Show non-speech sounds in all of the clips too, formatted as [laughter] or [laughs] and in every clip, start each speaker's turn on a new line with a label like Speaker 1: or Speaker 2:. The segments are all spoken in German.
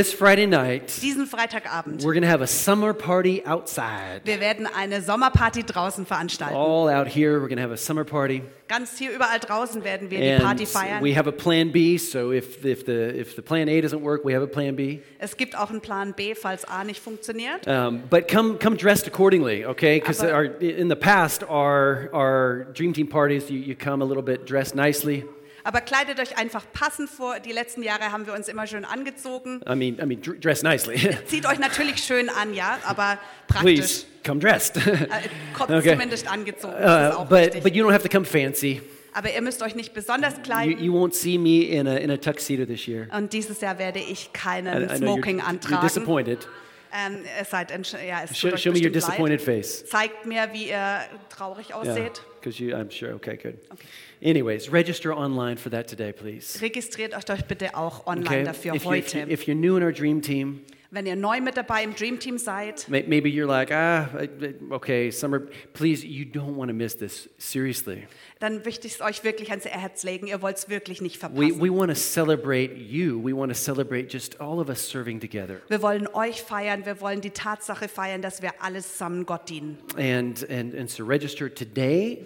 Speaker 1: This Friday night,
Speaker 2: diesen Freitagabend.
Speaker 1: we're going to have a summer party outside.
Speaker 2: Wir werden eine Sommerparty draußen veranstalten.
Speaker 1: All out here, we're going to have a summer party.
Speaker 2: Ganz hier überall draußen werden wir die Party
Speaker 1: And
Speaker 2: feiern.
Speaker 1: we have a plan B, so if, if, the, if the plan A doesn't work, we have a plan B.
Speaker 2: Es gibt auch einen Plan B, falls A nicht funktioniert.
Speaker 1: Um, but come, come dressed accordingly, okay? Because
Speaker 2: Aber-
Speaker 1: in the past, our, our dream team parties, you, you come a little bit dressed nicely.
Speaker 2: Aber kleidet euch einfach passend vor. Die letzten Jahre haben wir uns immer schön angezogen.
Speaker 1: I mean, I mean, dr- dressed nicely. [laughs]
Speaker 2: Zieht euch natürlich schön an, ja, aber praktisch.
Speaker 1: Please come dressed. [laughs]
Speaker 2: Äh, Kommt
Speaker 1: Okay.
Speaker 2: zumindest angezogen, das ist
Speaker 1: Uh,
Speaker 2: auch
Speaker 1: but,
Speaker 2: wichtig.
Speaker 1: but you don't have to come fancy.
Speaker 2: aber ihr müsst euch nicht besonders
Speaker 1: You,
Speaker 2: kleiden.
Speaker 1: you won't see me in a, in a tuxedo this year.
Speaker 2: und dieses Jahr werde
Speaker 1: I-
Speaker 2: ich keinen
Speaker 1: I know you're-
Speaker 2: Um, Smoking
Speaker 1: You're
Speaker 2: antragen.
Speaker 1: disappointed.
Speaker 2: Ähm, es seid entsch- ja, es
Speaker 1: Show,
Speaker 2: tut euch
Speaker 1: show me your
Speaker 2: bestimmt leid.
Speaker 1: disappointed face.
Speaker 2: Zeigt mir, wie ihr traurig ausseht.
Speaker 1: because you, I'm sure. Okay, good. Anyways, register online for that today, please.
Speaker 2: Registriert euch doch bitte auch online
Speaker 1: Okay.
Speaker 2: dafür
Speaker 1: if, you, if,
Speaker 2: heute.
Speaker 1: you, if you're new in our dream team,
Speaker 2: Wenn ihr neu mit dabei im Dream Team seid,
Speaker 1: may, maybe you're like, ah, I- I- okay, summer. Please, you don't want to miss this. Seriously,
Speaker 2: dann möchte ich es euch wirklich ans Herz legen. Ihr wollt es wirklich nicht verpassen.
Speaker 1: we, we want to celebrate you. We want to celebrate just all of us serving together.
Speaker 2: wir wollen euch feiern. Wir wollen die Tatsache feiern, dass wir alle zusammen Gott dienen.
Speaker 1: And and and so register today.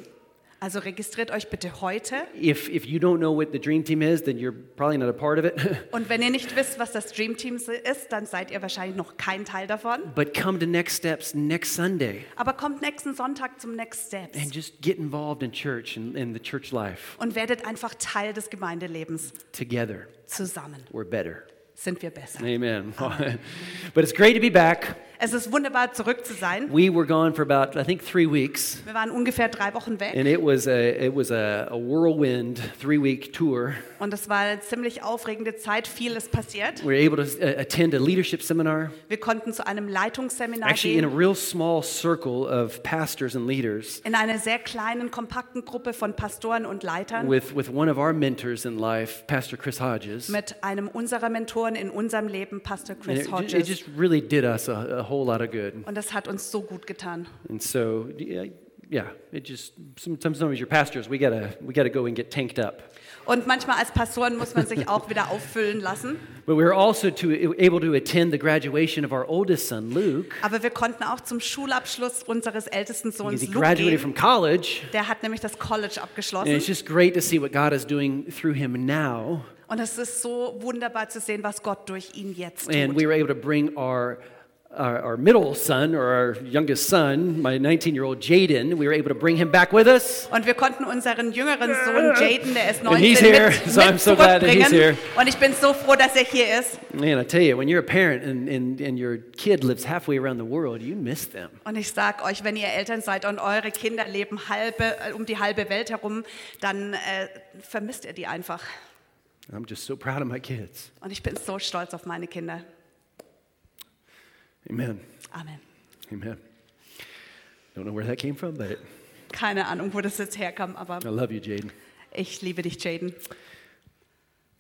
Speaker 2: Also registriert euch bitte heute.
Speaker 1: If if you don't know what the dream team is, then you're probably not a part of it. [laughs]
Speaker 2: Und wenn ihr nicht wisst, was das Dream Team so ist, dann seid ihr wahrscheinlich noch kein Teil davon.
Speaker 1: But come to Next Steps next Sunday
Speaker 2: Aber kommt nächsten Sonntag zum Next
Speaker 1: and
Speaker 2: Steps
Speaker 1: just get involved in church and, and the church life
Speaker 2: und werdet einfach Teil des Gemeindelebens.
Speaker 1: together.
Speaker 2: Zusammen
Speaker 1: We're better.
Speaker 2: sind wir besser.
Speaker 1: Amen. [laughs] but it's great to be back.
Speaker 2: Es ist wunderbar, zurück zu sein.
Speaker 1: We were gone for about I think three weeks,
Speaker 2: Wir waren ungefähr drei Wochen weg.
Speaker 1: and it was a it was a, a whirlwind three week tour.
Speaker 2: Und es war eine ziemlich aufregende Zeit, viel ist passiert.
Speaker 1: We were able to uh, attend a leadership seminar,
Speaker 2: Wir konnten zu einem Leitungsseminar
Speaker 1: actually in a
Speaker 2: gehen,
Speaker 1: real small circle of pastors and leaders,
Speaker 2: in einer sehr kleinen, kompakten Gruppe von Pastoren und Leitern,
Speaker 1: with with one of our mentors in life, Pastor Chris Hodges.
Speaker 2: mit einem unserer Mentoren in unserem Leben, Pastor
Speaker 1: And
Speaker 2: Chris
Speaker 1: it, it
Speaker 2: Hodges.
Speaker 1: just really did us a, a whole lot of good.
Speaker 2: Und das hat uns so gut getan.
Speaker 1: And so, yeah, yeah, it just sometimes, sometimes your pastors, we gotta we gotta go and get tanked up.
Speaker 2: Und manchmal als Pastoren muss man sich auch wieder auffüllen lassen.
Speaker 1: But we were also to, able to attend the graduation of our oldest son, Luke.
Speaker 2: Aber wir konnten auch zum Schulabschluss unseres ältesten
Speaker 1: because
Speaker 2: Sohns
Speaker 1: He
Speaker 2: Luke
Speaker 1: graduated from
Speaker 2: gehen.
Speaker 1: college,
Speaker 2: Der hat nämlich das College
Speaker 1: and it's
Speaker 2: abgeschlossen.
Speaker 1: just great to see what God is doing through him now.
Speaker 2: Und es ist so wunderbar zu sehen, was Gott durch ihn jetzt tut.
Speaker 1: And we were able to bring our. Our, our middle son, or our youngest son, my 19 year old Jaden, we were able to bring him back with us.
Speaker 2: Und wir konnten unseren jüngeren Sohn Jaden, der ist
Speaker 1: And he's
Speaker 2: 19,
Speaker 1: here,
Speaker 2: mit,
Speaker 1: so I'm
Speaker 2: mit
Speaker 1: so glad that he's
Speaker 2: zurückbringen. Und ich bin so froh, dass er hier ist.
Speaker 1: Man, I tell you, when you're a parent and, and, and your kid lives halfway around the world, you miss them.
Speaker 2: Und ich sag euch, wenn ihr Eltern seid und eure Kinder leben halbe, äh, um die halbe Welt herum, dann äh, vermisst ihr die einfach.
Speaker 1: I'm just so proud of my kids.
Speaker 2: Und ich bin so stolz auf meine Kinder.
Speaker 1: Amen.
Speaker 2: Amen.
Speaker 1: Amen. Don't know where that came from, but it,
Speaker 2: Keine Ahnung, wo das jetzt herkam, aber
Speaker 1: I love you, Jaden.
Speaker 2: ich liebe dich, Jaden.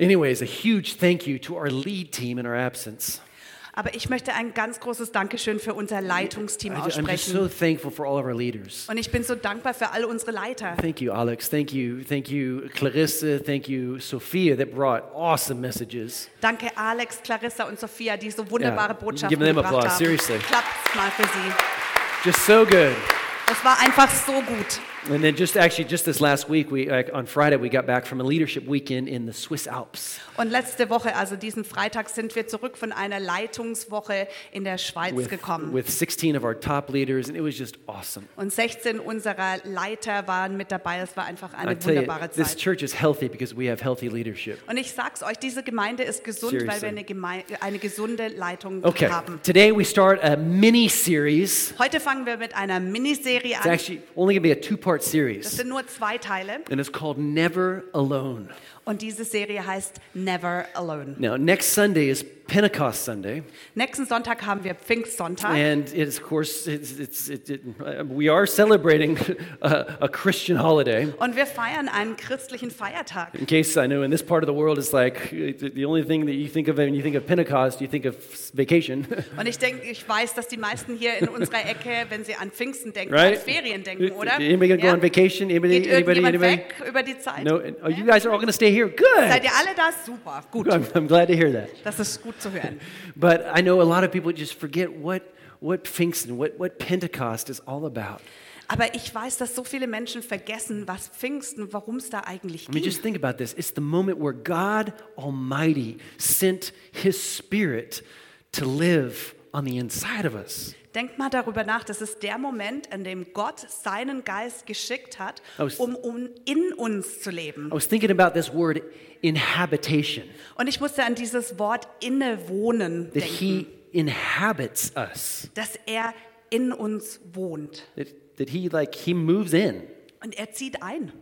Speaker 1: Anyways, a huge thank you to our lead team in our absence.
Speaker 2: Aber ich möchte ein ganz großes Dankeschön für unser Leitungsteam
Speaker 1: I, am just
Speaker 2: aussprechen.
Speaker 1: so thankful for all of our leaders.
Speaker 2: Und ich bin so dankbar für all unsere Leiter.
Speaker 1: Thank you, Alex. Thank you. Thank you, Clarissa. Thank you, Sophia, that brought awesome messages.
Speaker 2: Danke Alex, Clarissa und Sophia, die so wunderbare
Speaker 1: Yeah,
Speaker 2: Botschaften
Speaker 1: give them
Speaker 2: gebracht
Speaker 1: applause,
Speaker 2: haben.
Speaker 1: seriously.
Speaker 2: Klappt's mal für sie.
Speaker 1: Just so good.
Speaker 2: Es war einfach so gut.
Speaker 1: And then just actually, just this last week, we like, on Friday, we got back from a leadership weekend in the Swiss Alps
Speaker 2: Und letzte Woche, also diesen Freitag, sind wir zurück von einer Leitungswoche in der Schweiz
Speaker 1: with,
Speaker 2: gekommen.
Speaker 1: with 16 of our top leaders, and it was just awesome.
Speaker 2: und 16 unserer Leiter waren mit dabei. Es war einfach
Speaker 1: I
Speaker 2: eine
Speaker 1: tell you,
Speaker 2: wunderbare
Speaker 1: this
Speaker 2: Zeit.
Speaker 1: church is healthy because we have healthy leadership.
Speaker 2: Und ich sag's euch, diese Gemeinde ist gesund, weil
Speaker 1: Seriously.
Speaker 2: wir eine, Geme eine gesunde Leitung
Speaker 1: Okay,
Speaker 2: haben.
Speaker 1: today we start a mini series.
Speaker 2: Heute fangen wir mit einer Miniserie
Speaker 1: It's
Speaker 2: an.
Speaker 1: actually only going to be a two part
Speaker 2: Das
Speaker 1: series,
Speaker 2: sind nur zwei Teile.
Speaker 1: and it's called Never Alone.
Speaker 2: Und diese Serie heißt Never Alone.
Speaker 1: Now, next Sunday is Pentecost Sunday,
Speaker 2: Nächsten Sonntag haben wir Pfingstsonntag.
Speaker 1: and it's, of course, it's, it's, it, it, we are celebrating [laughs] a, a Christian holiday.
Speaker 2: Und wir feiern einen christlichen Feiertag.
Speaker 1: In case I know, in this part of the world, it's like it- the only thing that you think of when you think of Pentecost, you think of vacation, [laughs]
Speaker 2: Und ich denke, ich weiß, dass die meisten hier in unserer Ecke, wenn sie an Pfingsten denken,
Speaker 1: right? Äh,
Speaker 2: an Ferien denken, oder?
Speaker 1: Anybody gonna go
Speaker 2: Ja.
Speaker 1: on vacation? Anybody?
Speaker 2: Geht
Speaker 1: anybody?
Speaker 2: irgendjemand
Speaker 1: Anybody?
Speaker 2: weg über die Zeit?
Speaker 1: No, oh, you guys are all going to stay here? Good.
Speaker 2: Seid ihr alle da? Super, gut.
Speaker 1: I'm, I'm glad to hear that.
Speaker 2: Das ist gut zu hören.
Speaker 1: But I know a lot of people just forget what, what Pfingsten, what, what Pentecost is all about.
Speaker 2: Aber ich weiß, dass so viele Menschen vergessen, was Pfingsten, warum es da eigentlich
Speaker 1: I mean,
Speaker 2: ging.
Speaker 1: just think about this. It's the moment where God Almighty sent His Spirit to live on the inside of us.
Speaker 2: Denkt mal darüber nach, das ist der Moment, an dem Gott seinen Geist geschickt hat,
Speaker 1: Oh, es-
Speaker 2: um, um in uns zu leben.
Speaker 1: I was thinking about this word inhabitation,
Speaker 2: Und ich musste an dieses Wort innewohnen
Speaker 1: that
Speaker 2: denken,
Speaker 1: He inhabits us,
Speaker 2: dass er in uns wohnt
Speaker 1: that, that He, like, He moves in.
Speaker 2: und er zieht ein.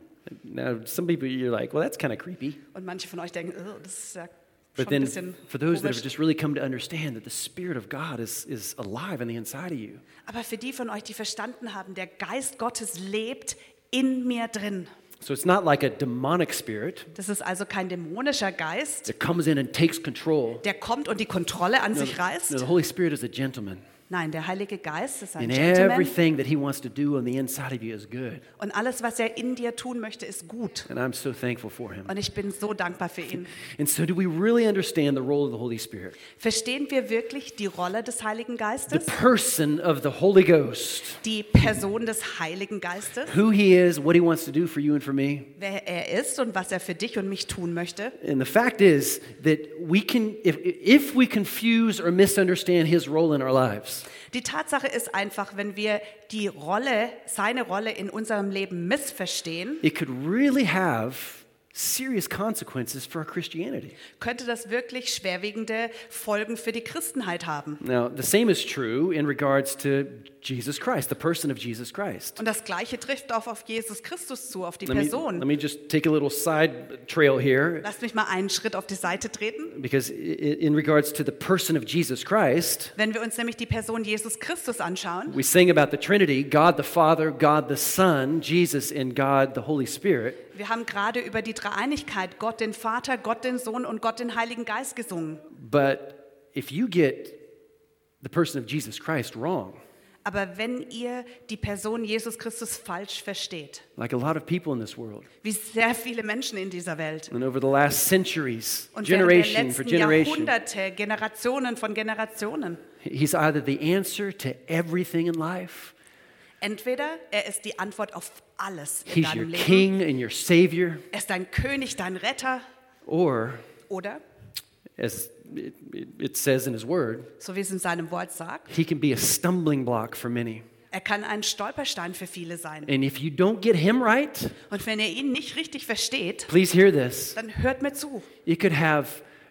Speaker 1: Now, some people, you're like, well, that's kind of creepy.
Speaker 2: Und manche von euch denken, "Ugh, das ist ja schon
Speaker 1: But
Speaker 2: ein
Speaker 1: then,
Speaker 2: bisschen
Speaker 1: for those that
Speaker 2: komisch."
Speaker 1: have just really come to understand that the Spirit of God is, is alive on the inside of you,
Speaker 2: Aber für die von euch, die verstanden haben, der Geist Gottes lebt in mir drin.
Speaker 1: so it's not like a demonic spirit
Speaker 2: Das ist also kein dämonischer Geist,
Speaker 1: that comes in and takes control.
Speaker 2: der kommt und die Kontrolle an
Speaker 1: No,
Speaker 2: sich reißt.
Speaker 1: no, the Holy Spirit is a gentleman.
Speaker 2: Nein, der Heilige Geist ist ein
Speaker 1: And
Speaker 2: Gentleman
Speaker 1: everything that he wants to do on the inside of you is good.
Speaker 2: und alles, was er in dir tun möchte, ist gut.
Speaker 1: And I'm so thankful for him.
Speaker 2: Und ich bin so dankbar für ihn.
Speaker 1: And so, do we really understand the role of the Holy Spirit?
Speaker 2: Verstehen wir wirklich die Rolle des Heiligen
Speaker 1: The
Speaker 2: Geistes,
Speaker 1: person of the Holy Ghost,
Speaker 2: die Person des Heiligen Geistes,
Speaker 1: who he is, what he wants to do for you and for me.
Speaker 2: wer er ist und was er für dich und mich tun möchte?
Speaker 1: And the fact is that we can, if, if we confuse or misunderstand his role in our lives,
Speaker 2: Die Tatsache ist einfach, wenn wir die Rolle, seine Rolle in unserem Leben missverstehen,
Speaker 1: it could really have serious consequences for our Christianity.
Speaker 2: könnte das wirklich schwerwiegende Folgen für die Christenheit haben.
Speaker 1: Now, the same is true in regards to Jesus Christ, the person of Jesus Christ.
Speaker 2: Und das Gleiche trifft auch auf Jesus Christus zu, auf die
Speaker 1: Let me, let
Speaker 2: Person.
Speaker 1: me just take a little side trail here
Speaker 2: Lasst mich mal einen Schritt auf die Seite treten.
Speaker 1: because i- i- in regards to the person of Jesus Christ,
Speaker 2: Wenn wir uns nämlich die Person Jesus Christus anschauen,
Speaker 1: we sing about the Trinity, God the Father, God the Son, Jesus and God the Holy Spirit.
Speaker 2: wir haben gerade über die Dreieinigkeit, Gott den Vater, Gott den Sohn und Gott den Heiligen Geist gesungen.
Speaker 1: But if you get the person of Jesus Christ wrong,
Speaker 2: Aber wenn ihr die Person Jesus Christus falsch versteht,
Speaker 1: like a lot of people in this world,
Speaker 2: wie sehr viele Menschen in dieser Welt
Speaker 1: and over the last centuries,
Speaker 2: und während der
Speaker 1: generation for
Speaker 2: letzten
Speaker 1: generation,
Speaker 2: Jahrhunderte, Generationen von Generationen,
Speaker 1: he's either the answer to everything in life,
Speaker 2: entweder er ist die Antwort auf alles in
Speaker 1: he's your
Speaker 2: deinem Leben,
Speaker 1: king and your savior,
Speaker 2: er ist dein König, dein Retter,
Speaker 1: or
Speaker 2: oder,
Speaker 1: as it, it- it says in his word,
Speaker 2: so wie es in seinem Wort sagt,
Speaker 1: He can be a stumbling block for many.
Speaker 2: er kann ein Stolperstein für viele sein.
Speaker 1: And if you don't get him right,
Speaker 2: Und wenn ihr ihn nicht richtig versteht,
Speaker 1: please hear this.
Speaker 2: dann hört mir zu.
Speaker 1: It could have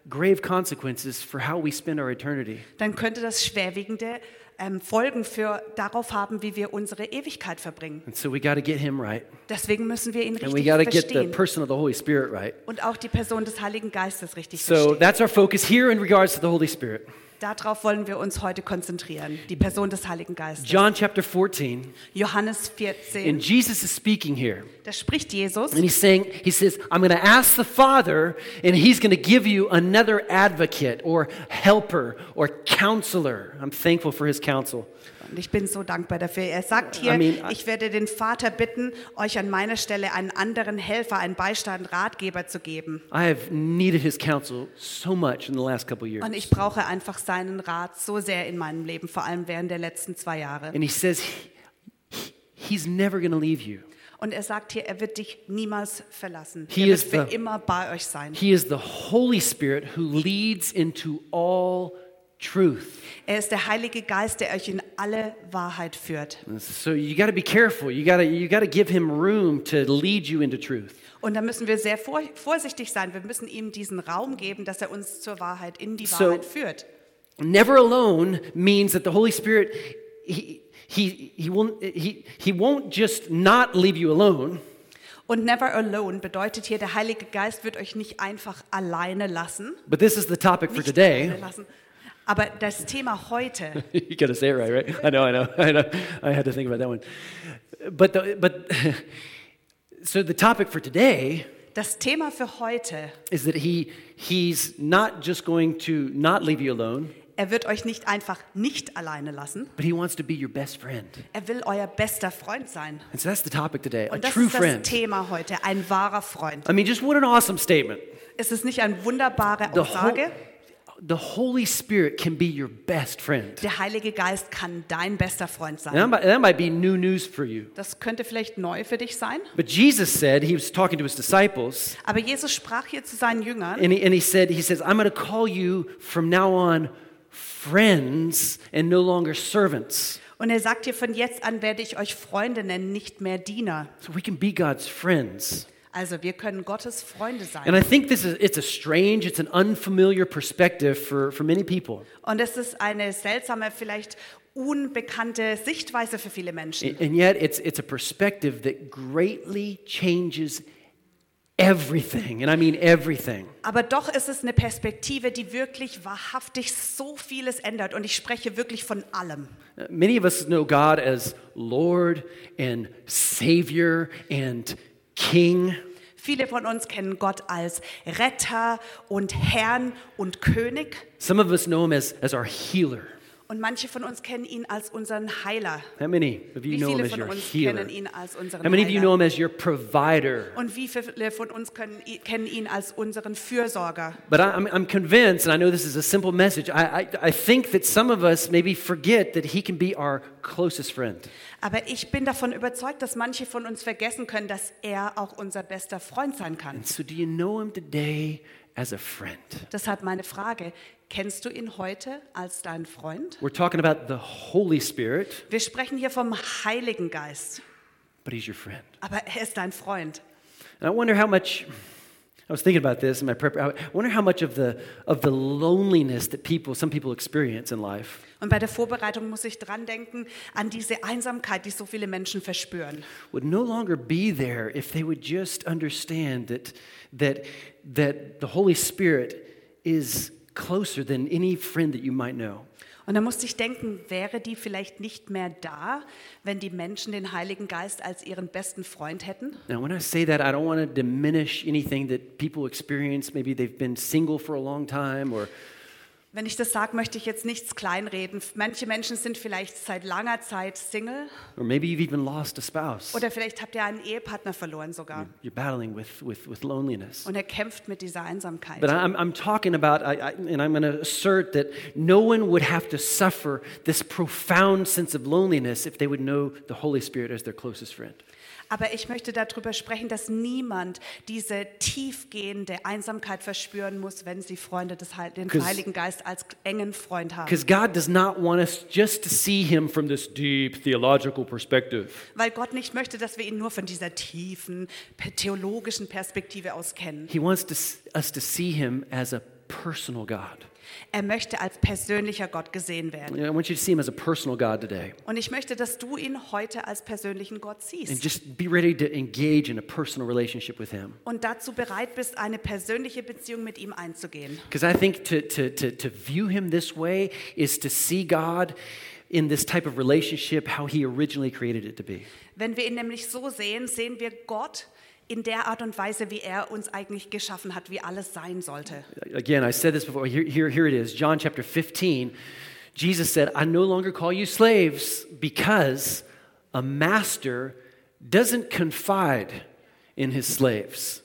Speaker 1: grave consequences for how we spend our eternity.
Speaker 2: Dann könnte das schwerwiegende ähm, Folgen für darauf haben, wie wir unsere Ewigkeit verbringen.
Speaker 1: And so we got to get him right.
Speaker 2: Deswegen müssen wir ihn
Speaker 1: And we
Speaker 2: richtig
Speaker 1: got to get the
Speaker 2: verstehen
Speaker 1: person of the Holy Spirit right.
Speaker 2: und auch die Person des Heiligen Geistes richtig
Speaker 1: So
Speaker 2: verstehen.
Speaker 1: that's our focus here in regards to the Holy Spirit.
Speaker 2: Darauf wollen wir uns heute konzentrieren, die Person des Heiligen Geistes.
Speaker 1: John chapter 14,
Speaker 2: Johannes
Speaker 1: and
Speaker 2: 14,
Speaker 1: Jesus is speaking here.
Speaker 2: da spricht Jesus
Speaker 1: And he's saying, he says, I'm going to ask the Father, and he's going to give you another advocate or helper or counselor. I'm thankful for his counsel.
Speaker 2: und ich bin so dankbar dafür. Er sagt hier,
Speaker 1: I mean, I-
Speaker 2: ich werde den Vater bitten, euch an meiner Stelle einen anderen Helfer, einen Beistand, Ratgeber zu geben.
Speaker 1: I have needed his counsel so much in the last couple years.
Speaker 2: Und ich brauche einfach seinen Rat so sehr in meinem Leben, vor allem während der letzten zwei Jahre.
Speaker 1: And he says, he- he- He's never going to leave you.
Speaker 2: Und er sagt hier, er wird dich niemals verlassen.
Speaker 1: He
Speaker 2: er wird
Speaker 1: is
Speaker 2: für
Speaker 1: the-
Speaker 2: immer bei euch sein.
Speaker 1: He is the Holy Spirit who leads into all truth.
Speaker 2: Er ist der Heilige Geist, der euch in alle Wahrheit führt.
Speaker 1: And so you got to be careful. You got to you got to give him room to lead you into truth.
Speaker 2: Und da müssen wir sehr vor, vorsichtig sein. Wir müssen ihm diesen Raum geben, dass er uns zur Wahrheit, in die
Speaker 1: So-
Speaker 2: Wahrheit führt.
Speaker 1: Never alone means that the Holy Spirit he he he will he he won't just not leave you alone.
Speaker 2: Und never alone bedeutet hier, der Heilige Geist wird euch nicht einfach alleine lassen.
Speaker 1: But this is the topic for
Speaker 2: Nicht
Speaker 1: today.
Speaker 2: alleine lassen. Aber das Thema heute,
Speaker 1: [laughs] you got to say it right, right? I know, I know, I know. I had to think about that one. But the, but [laughs] so the topic for today
Speaker 2: das Thema für heute
Speaker 1: is that he he's not just going to not leave you alone.
Speaker 2: Er wird euch nicht einfach nicht alleine lassen.
Speaker 1: but He wants to be your best friend.
Speaker 2: Er will euer bester Freund sein.
Speaker 1: And so that's the topic today a
Speaker 2: Und das
Speaker 1: true
Speaker 2: ist das
Speaker 1: friend.
Speaker 2: Thema heute, ein wahrer Freund.
Speaker 1: I mean, just what an awesome statement.
Speaker 2: Ist es nicht eine wunderbare
Speaker 1: The, Hol-
Speaker 2: Aussage?
Speaker 1: the Holy Spirit can be your best friend.
Speaker 2: Der Heilige Geist kann dein bester Freund
Speaker 1: And that,
Speaker 2: sein.
Speaker 1: might, that might be new news for you.
Speaker 2: Das könnte vielleicht neu für dich sein.
Speaker 1: But Jesus said, He was talking to His disciples,
Speaker 2: Aber Jesus sprach hier zu seinen Jüngern
Speaker 1: and He, and he said, He says, I'm going to call you from now on friends and no longer servants.
Speaker 2: und er sagt hier, von jetzt an werde ich euch Freunde nennen, nicht mehr Diener.
Speaker 1: So we can be God's friends.
Speaker 2: Also wir können Gottes Freunde
Speaker 1: And
Speaker 2: sein.
Speaker 1: I think this is it's a strange, it's an unfamiliar perspective for, for many people.
Speaker 2: Und es ist eine seltsame, vielleicht unbekannte Sichtweise für viele Menschen.
Speaker 1: A- And yet it's it's a perspective that greatly changes everything. And I mean everything.
Speaker 2: Aber doch ist es eine Perspektive, die wirklich wahrhaftig so vieles ändert. Und ich spreche wirklich von allem.
Speaker 1: Uh, Many of us know God as Lord and Savior and King.
Speaker 2: Viele von uns kennen Gott als Retter und Herrn und König.
Speaker 1: Some of us know him as, as our healer.
Speaker 2: Und manche von uns kennen ihn als unseren Heiler.
Speaker 1: How many of you
Speaker 2: Wie
Speaker 1: know him
Speaker 2: viele
Speaker 1: as
Speaker 2: von
Speaker 1: your
Speaker 2: uns
Speaker 1: healer?
Speaker 2: kennen ihn als unseren
Speaker 1: How many of you know
Speaker 2: Heiler?
Speaker 1: him as your provider?
Speaker 2: Und wie viele von uns können, kennen ihn als unseren Fürsorger?
Speaker 1: But I, I'm, I'm convinced, and I know this is a simple message, I, I, I think that some of us maybe forget that he can be our closest friend.
Speaker 2: Aber ich bin davon überzeugt, dass manche von uns vergessen können, dass er auch unser bester Freund sein kann.
Speaker 1: And so, do you know him today as a friend?
Speaker 2: Deshalb meine Frage, kennst du ihn heute als deinen Freund?
Speaker 1: We're talking about the Holy Spirit,
Speaker 2: Wir sprechen hier vom Heiligen Geist,
Speaker 1: but he's your friend.
Speaker 2: aber er ist dein Freund.
Speaker 1: And I wonder how much. I was thinking about this in my prep. I wonder how much of the of the loneliness that people, some people experience in life.
Speaker 2: Und bei der Vorbereitung muss ich dran denken an diese Einsamkeit, die so viele Menschen verspüren.
Speaker 1: would no longer be there if they would just understand that, that, that the Holy Spirit is closer than any friend that you might know.
Speaker 2: Und da musste ich denken, wäre die vielleicht nicht mehr da, wenn die Menschen den Heiligen Geist als ihren besten Freund hätten?
Speaker 1: Now, when I say that, I don't want to diminish anything that people experience. Maybe they've been single for a long time, or
Speaker 2: Wenn ich das sage, möchte ich jetzt nichts kleinreden. Manche Menschen sind vielleicht seit langer Zeit Single
Speaker 1: or maybe you've even lost a spouse.
Speaker 2: oder vielleicht habt ihr einen Ehepartner verloren sogar
Speaker 1: You're battling with, with, with loneliness.
Speaker 2: und er kämpft mit dieser Einsamkeit.
Speaker 1: But I'm, I'm talking about, I, I, and I'm going to assert that no one would have to suffer this profound sense of loneliness if they would know the Holy Spirit as their closest friend.
Speaker 2: Aber ich möchte darüber sprechen, dass niemand diese tiefgehende Einsamkeit verspüren muss, wenn sie Freunde des Heil den
Speaker 1: Cause-
Speaker 2: Heiligen Geist als engen Freund haben.
Speaker 1: Because God does not want us just to see Him from this deep theological perspective.
Speaker 2: Weil Gott nicht möchte, dass wir ihn nur von dieser tiefen pe- theologischen Perspektive aus kennen.
Speaker 1: He wants to, s- us to see Him as a personal God.
Speaker 2: Er möchte als persönlicher Gott gesehen werden.
Speaker 1: You know, I want you to see Him as a personal God today.
Speaker 2: Und ich möchte, dass du ihn heute als persönlichen Gott
Speaker 1: And
Speaker 2: siehst
Speaker 1: just be ready to engage in a personal relationship with Him.
Speaker 2: und dazu bereit bist, eine persönliche Beziehung mit ihm einzugehen.
Speaker 1: Because I think to, to, to, to view Him this way is to see God in this type of relationship how He originally created it to be.
Speaker 2: Wenn wir ihn nämlich so sehen, sehen wir Gott in der Art und Weise, wie er uns eigentlich geschaffen hat, wie alles sein sollte.
Speaker 1: Again, I said this before. Here, here, here it is John chapter 15. Jesus said, I no longer call you slaves because a master doesn't confide in his slaves.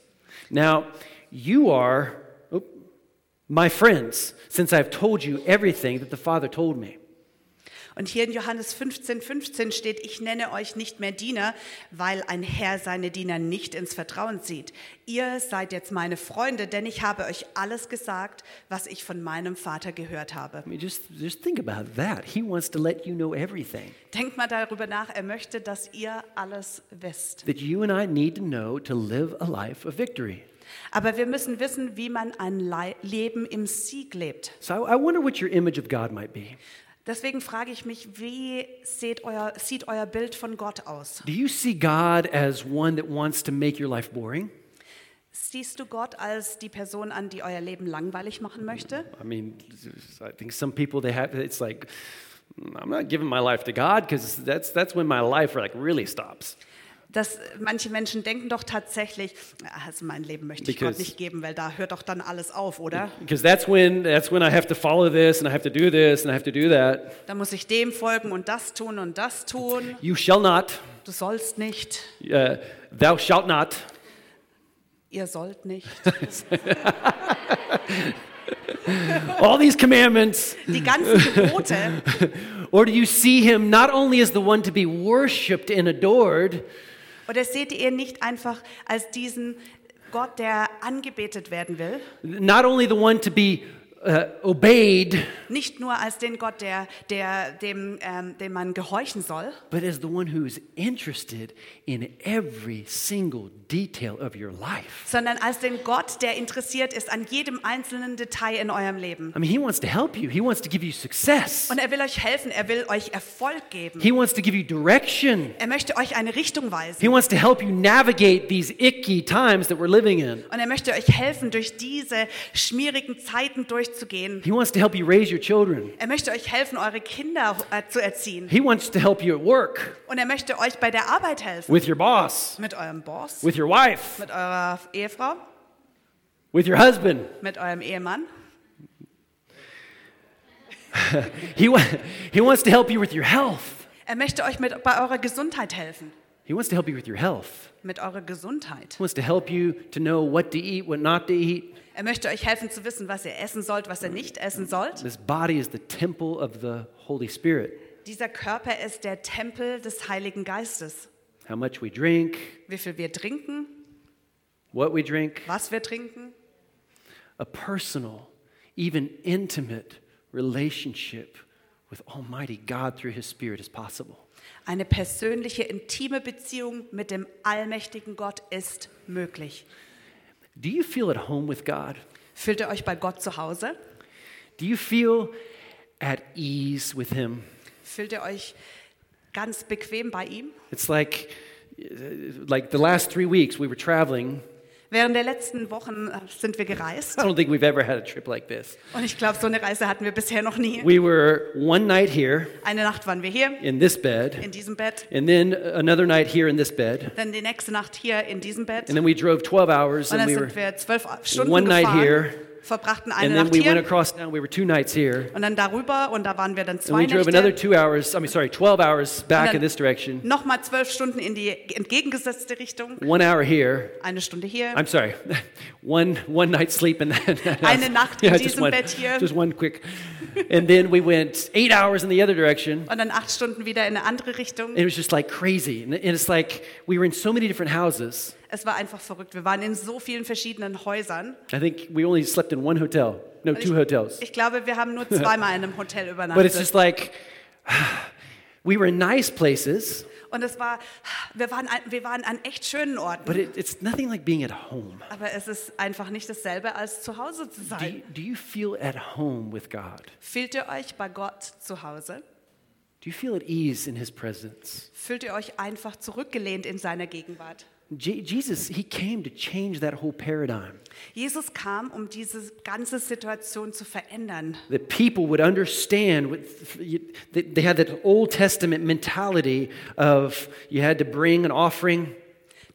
Speaker 1: Now, you are oh, my friends since I've told you everything that the Father told me.
Speaker 2: Und hier in Johannes 15, 15 steht, ich nenne euch nicht mehr Diener, weil ein Herr seine Diener nicht ins Vertrauen zieht. Ihr seid jetzt meine Freunde, denn ich habe euch alles gesagt, was ich von meinem Vater gehört habe.
Speaker 1: I mean, just, just think about that. He wants to let you know everything
Speaker 2: Denkt mal darüber nach, er möchte, dass ihr alles wisst.
Speaker 1: that you and I need to know to live a life of victory.
Speaker 2: Aber wir müssen wissen, wie man ein Lei- Leben im Sieg lebt.
Speaker 1: So I I wonder what your image of God might be.
Speaker 2: Deswegen frage ich mich, wie seht euer, sieht euer Bild von Gott aus?
Speaker 1: Do you see God as one that wants to make your life boring?
Speaker 2: Siehst du Gott als die Person an, die euer Leben langweilig machen möchte?
Speaker 1: I mean, I think some people they have it's like "Mm, I'm not giving my life to God because that's that's when my life like really stops.
Speaker 2: dass manche Menschen denken doch tatsächlich, also mein Leben möchte ich Gott
Speaker 1: Because-
Speaker 2: nicht geben, weil da hört doch dann alles auf, oder?
Speaker 1: Because that's when, that's when I have to follow this and I have to do this and I have to do that.
Speaker 2: Da muss ich dem folgen und das tun und das tun.
Speaker 1: You shall not,
Speaker 2: Du sollst nicht,
Speaker 1: uh, thou shalt not.
Speaker 2: ihr sollt nicht.
Speaker 1: All these commandments.
Speaker 2: [laughs] Die ganzen Gebote,
Speaker 1: Or do you see him not only as the one to be worshiped and adored,
Speaker 2: oder seht ihr ihn nicht einfach als diesen Gott, der angebetet werden will?
Speaker 1: not only the one to be uh, obeyed,
Speaker 2: Nicht nur als den Gott, der, der, dem, ähm, dem man gehorchen soll,
Speaker 1: but as the one who is interested in every single detail of your life?
Speaker 2: sondern als den Gott, der interessiert ist an jedem einzelnen Detail in eurem Leben.
Speaker 1: I mean, he wants to help you, he wants to give you success,
Speaker 2: Und er will euch helfen, er will euch Erfolg geben.
Speaker 1: he wants to give you direction.
Speaker 2: Er möchte euch eine Richtung
Speaker 1: He
Speaker 2: weisen.
Speaker 1: wants to help you navigate these icky times that we're living in.
Speaker 2: Und er möchte euch helfen, durch diese schmierigen Zeiten durchzugehen.
Speaker 1: He wants to help you raise your children.
Speaker 2: Er möchte euch helfen, eure Kinder äh, zu erziehen.
Speaker 1: He wants to help you at work,
Speaker 2: Und er möchte euch bei der Arbeit helfen.
Speaker 1: with your boss,
Speaker 2: Mit eurem Boss,
Speaker 1: with your wife,
Speaker 2: mit eurer Ehefrau,
Speaker 1: with your husband.
Speaker 2: mit eurem Ehemann.
Speaker 1: He, wa- he wants to help you with your health.
Speaker 2: Er möchte euch mit, bei eurer Gesundheit helfen.
Speaker 1: He wants to help you with your health.
Speaker 2: Mit eurer Gesundheit.
Speaker 1: He wants to help you to know what to eat, what not to eat.
Speaker 2: Er möchte euch helfen zu wissen, was ihr essen sollt, was ihr nicht essen sollt.
Speaker 1: This body is the temple of the Holy Spirit.
Speaker 2: Dieser Körper ist der Tempel des Heiligen Geistes.
Speaker 1: How much we drink,
Speaker 2: Wie viel wir trinken,
Speaker 1: what we drink,
Speaker 2: was wir trinken.
Speaker 1: a personal, even intimate relationship with Almighty God through His Spirit is possible.
Speaker 2: Eine persönliche, intime Beziehung mit dem allmächtigen Gott ist möglich.
Speaker 1: Do you feel at home with God?
Speaker 2: Fühlt ihr euch bei Gott zu Hause?
Speaker 1: Do you feel at ease with Him?
Speaker 2: Fühlt ihr euch ganz bequem bei ihm?
Speaker 1: It's like, like the last three weeks we were traveling.
Speaker 2: Während der letzten Wochen äh, sind wir gereist
Speaker 1: I don't think we've ever had a trip like this.
Speaker 2: und ich glaube, so eine Reise hatten wir bisher noch nie.
Speaker 1: We were one night here
Speaker 2: Eine Nacht waren wir hier
Speaker 1: in this bed,
Speaker 2: in diesem Bett,
Speaker 1: and then another night here in this bed,
Speaker 2: dann die nächste Nacht hier in diesem Bett
Speaker 1: and
Speaker 2: und
Speaker 1: then we drove 12 hours,
Speaker 2: dann
Speaker 1: and we were,
Speaker 2: sind wir zwölf Stunden
Speaker 1: one night
Speaker 2: gefahren,
Speaker 1: here,
Speaker 2: verbrachten eine
Speaker 1: and then
Speaker 2: Nacht
Speaker 1: we went
Speaker 2: hier
Speaker 1: across town. We were two nights here,
Speaker 2: und dann darüber und da waren wir dann
Speaker 1: and
Speaker 2: zwei
Speaker 1: we drove another
Speaker 2: Nächte.
Speaker 1: two hours. I mean, sorry, 12 hours
Speaker 2: Und
Speaker 1: back
Speaker 2: dann-
Speaker 1: in this direction,
Speaker 2: Nochmal zwölf Stunden in die entgegengesetzte Richtung,
Speaker 1: one hour here.
Speaker 2: eine Stunde hier.
Speaker 1: I'm sorry, [laughs] one one night sleep, and then
Speaker 2: Eine Nacht
Speaker 1: [laughs]
Speaker 2: in
Speaker 1: yeah,
Speaker 2: diesem
Speaker 1: just one,
Speaker 2: Bett hier.
Speaker 1: just one quick, and then we went eight hours in the other direction.
Speaker 2: Und dann acht Stunden wieder in eine andere Richtung.
Speaker 1: It was just like crazy. And and it's like we were in so many different houses.
Speaker 2: Es war einfach verrückt. Wir waren in so vielen verschiedenen Häusern.
Speaker 1: I think we only slept in one hotel, no,
Speaker 2: Und
Speaker 1: two hotels.
Speaker 2: ich, ich glaube, wir
Speaker 1: [laughs]
Speaker 2: haben nur zweimal in einem Hotel
Speaker 1: But it's
Speaker 2: übernachtet.
Speaker 1: just like [sighs] we were in nice places,
Speaker 2: Und es war, wir waren, an- wir waren an echt schönen Orten.
Speaker 1: but it, it's nothing like being at home.
Speaker 2: Aber es ist einfach nicht dasselbe, als zu Hause zu
Speaker 1: Do you,
Speaker 2: sein.
Speaker 1: do you feel at home with God?
Speaker 2: Fühlt ihr euch bei Gott zu Hause?
Speaker 1: Do you feel at ease in His presence?
Speaker 2: Fühlt ihr euch einfach zurückgelehnt in seiner Gegenwart?
Speaker 1: Je- Jesus, He came to change that whole paradigm,
Speaker 2: Jesus kam, um diese ganze Situation zu verändern.
Speaker 1: that people would understand. What, they they had that Old Testament mentality of you had to bring an offering.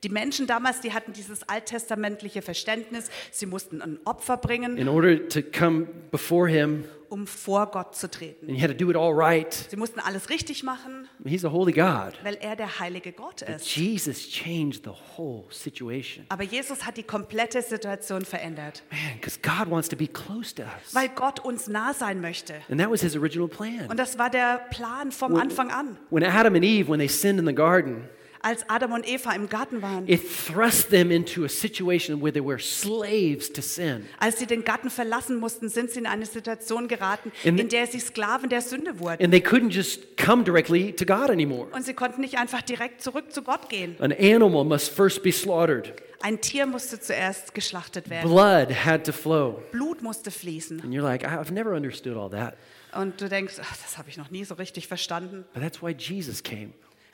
Speaker 2: Die Menschen damals, die hatten dieses alttestamentliche Verständnis, sie mussten ein Opfer bringen,
Speaker 1: in order to come before him
Speaker 2: um vor Gott zu treten.
Speaker 1: and you had to do it all right.
Speaker 2: Sie mussten alles richtig machen,
Speaker 1: He's a holy God.
Speaker 2: weil er der heilige Gott ist.
Speaker 1: Jesus changed the whole situation.
Speaker 2: Aber Jesus hat die komplette Situation verändert,
Speaker 1: Man, because God wants to be close to us.
Speaker 2: weil Gott uns nah sein möchte.
Speaker 1: And that was his original plan.
Speaker 2: Und das war der Plan vom Anfang an.
Speaker 1: When Adam and Eve, when they sinned in the garden,
Speaker 2: Als Adam und Eva im Garten waren,
Speaker 1: it thrust them into a situation where they were slaves to sin.
Speaker 2: als sie den Garten verlassen mussten, sind sie in eine Situation geraten,
Speaker 1: In-
Speaker 2: in der sie Sklaven der Sünde wurden.
Speaker 1: And they couldn't just come directly to God anymore.
Speaker 2: Und sie konnten nicht einfach direkt zurück zu Gott gehen.
Speaker 1: An animal must first be slaughtered,
Speaker 2: Ein Tier musste zuerst geschlachtet werden.
Speaker 1: blood had to flow.
Speaker 2: Blut musste fließen.
Speaker 1: And you're like, "I- I've never understood all that.
Speaker 2: Und du denkst, ach, das habe ich noch nie so richtig verstanden.
Speaker 1: But that's why Jesus came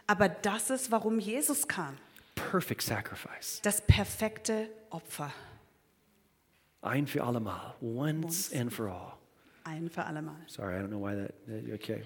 Speaker 2: Aber das ist, warum Jesus kam.
Speaker 1: perfect sacrifice.
Speaker 2: Das perfekte Opfer.
Speaker 1: Ein für allemal, once and for all.
Speaker 2: Ein für allemal.
Speaker 1: Sorry, I don't know why that. that- Okay.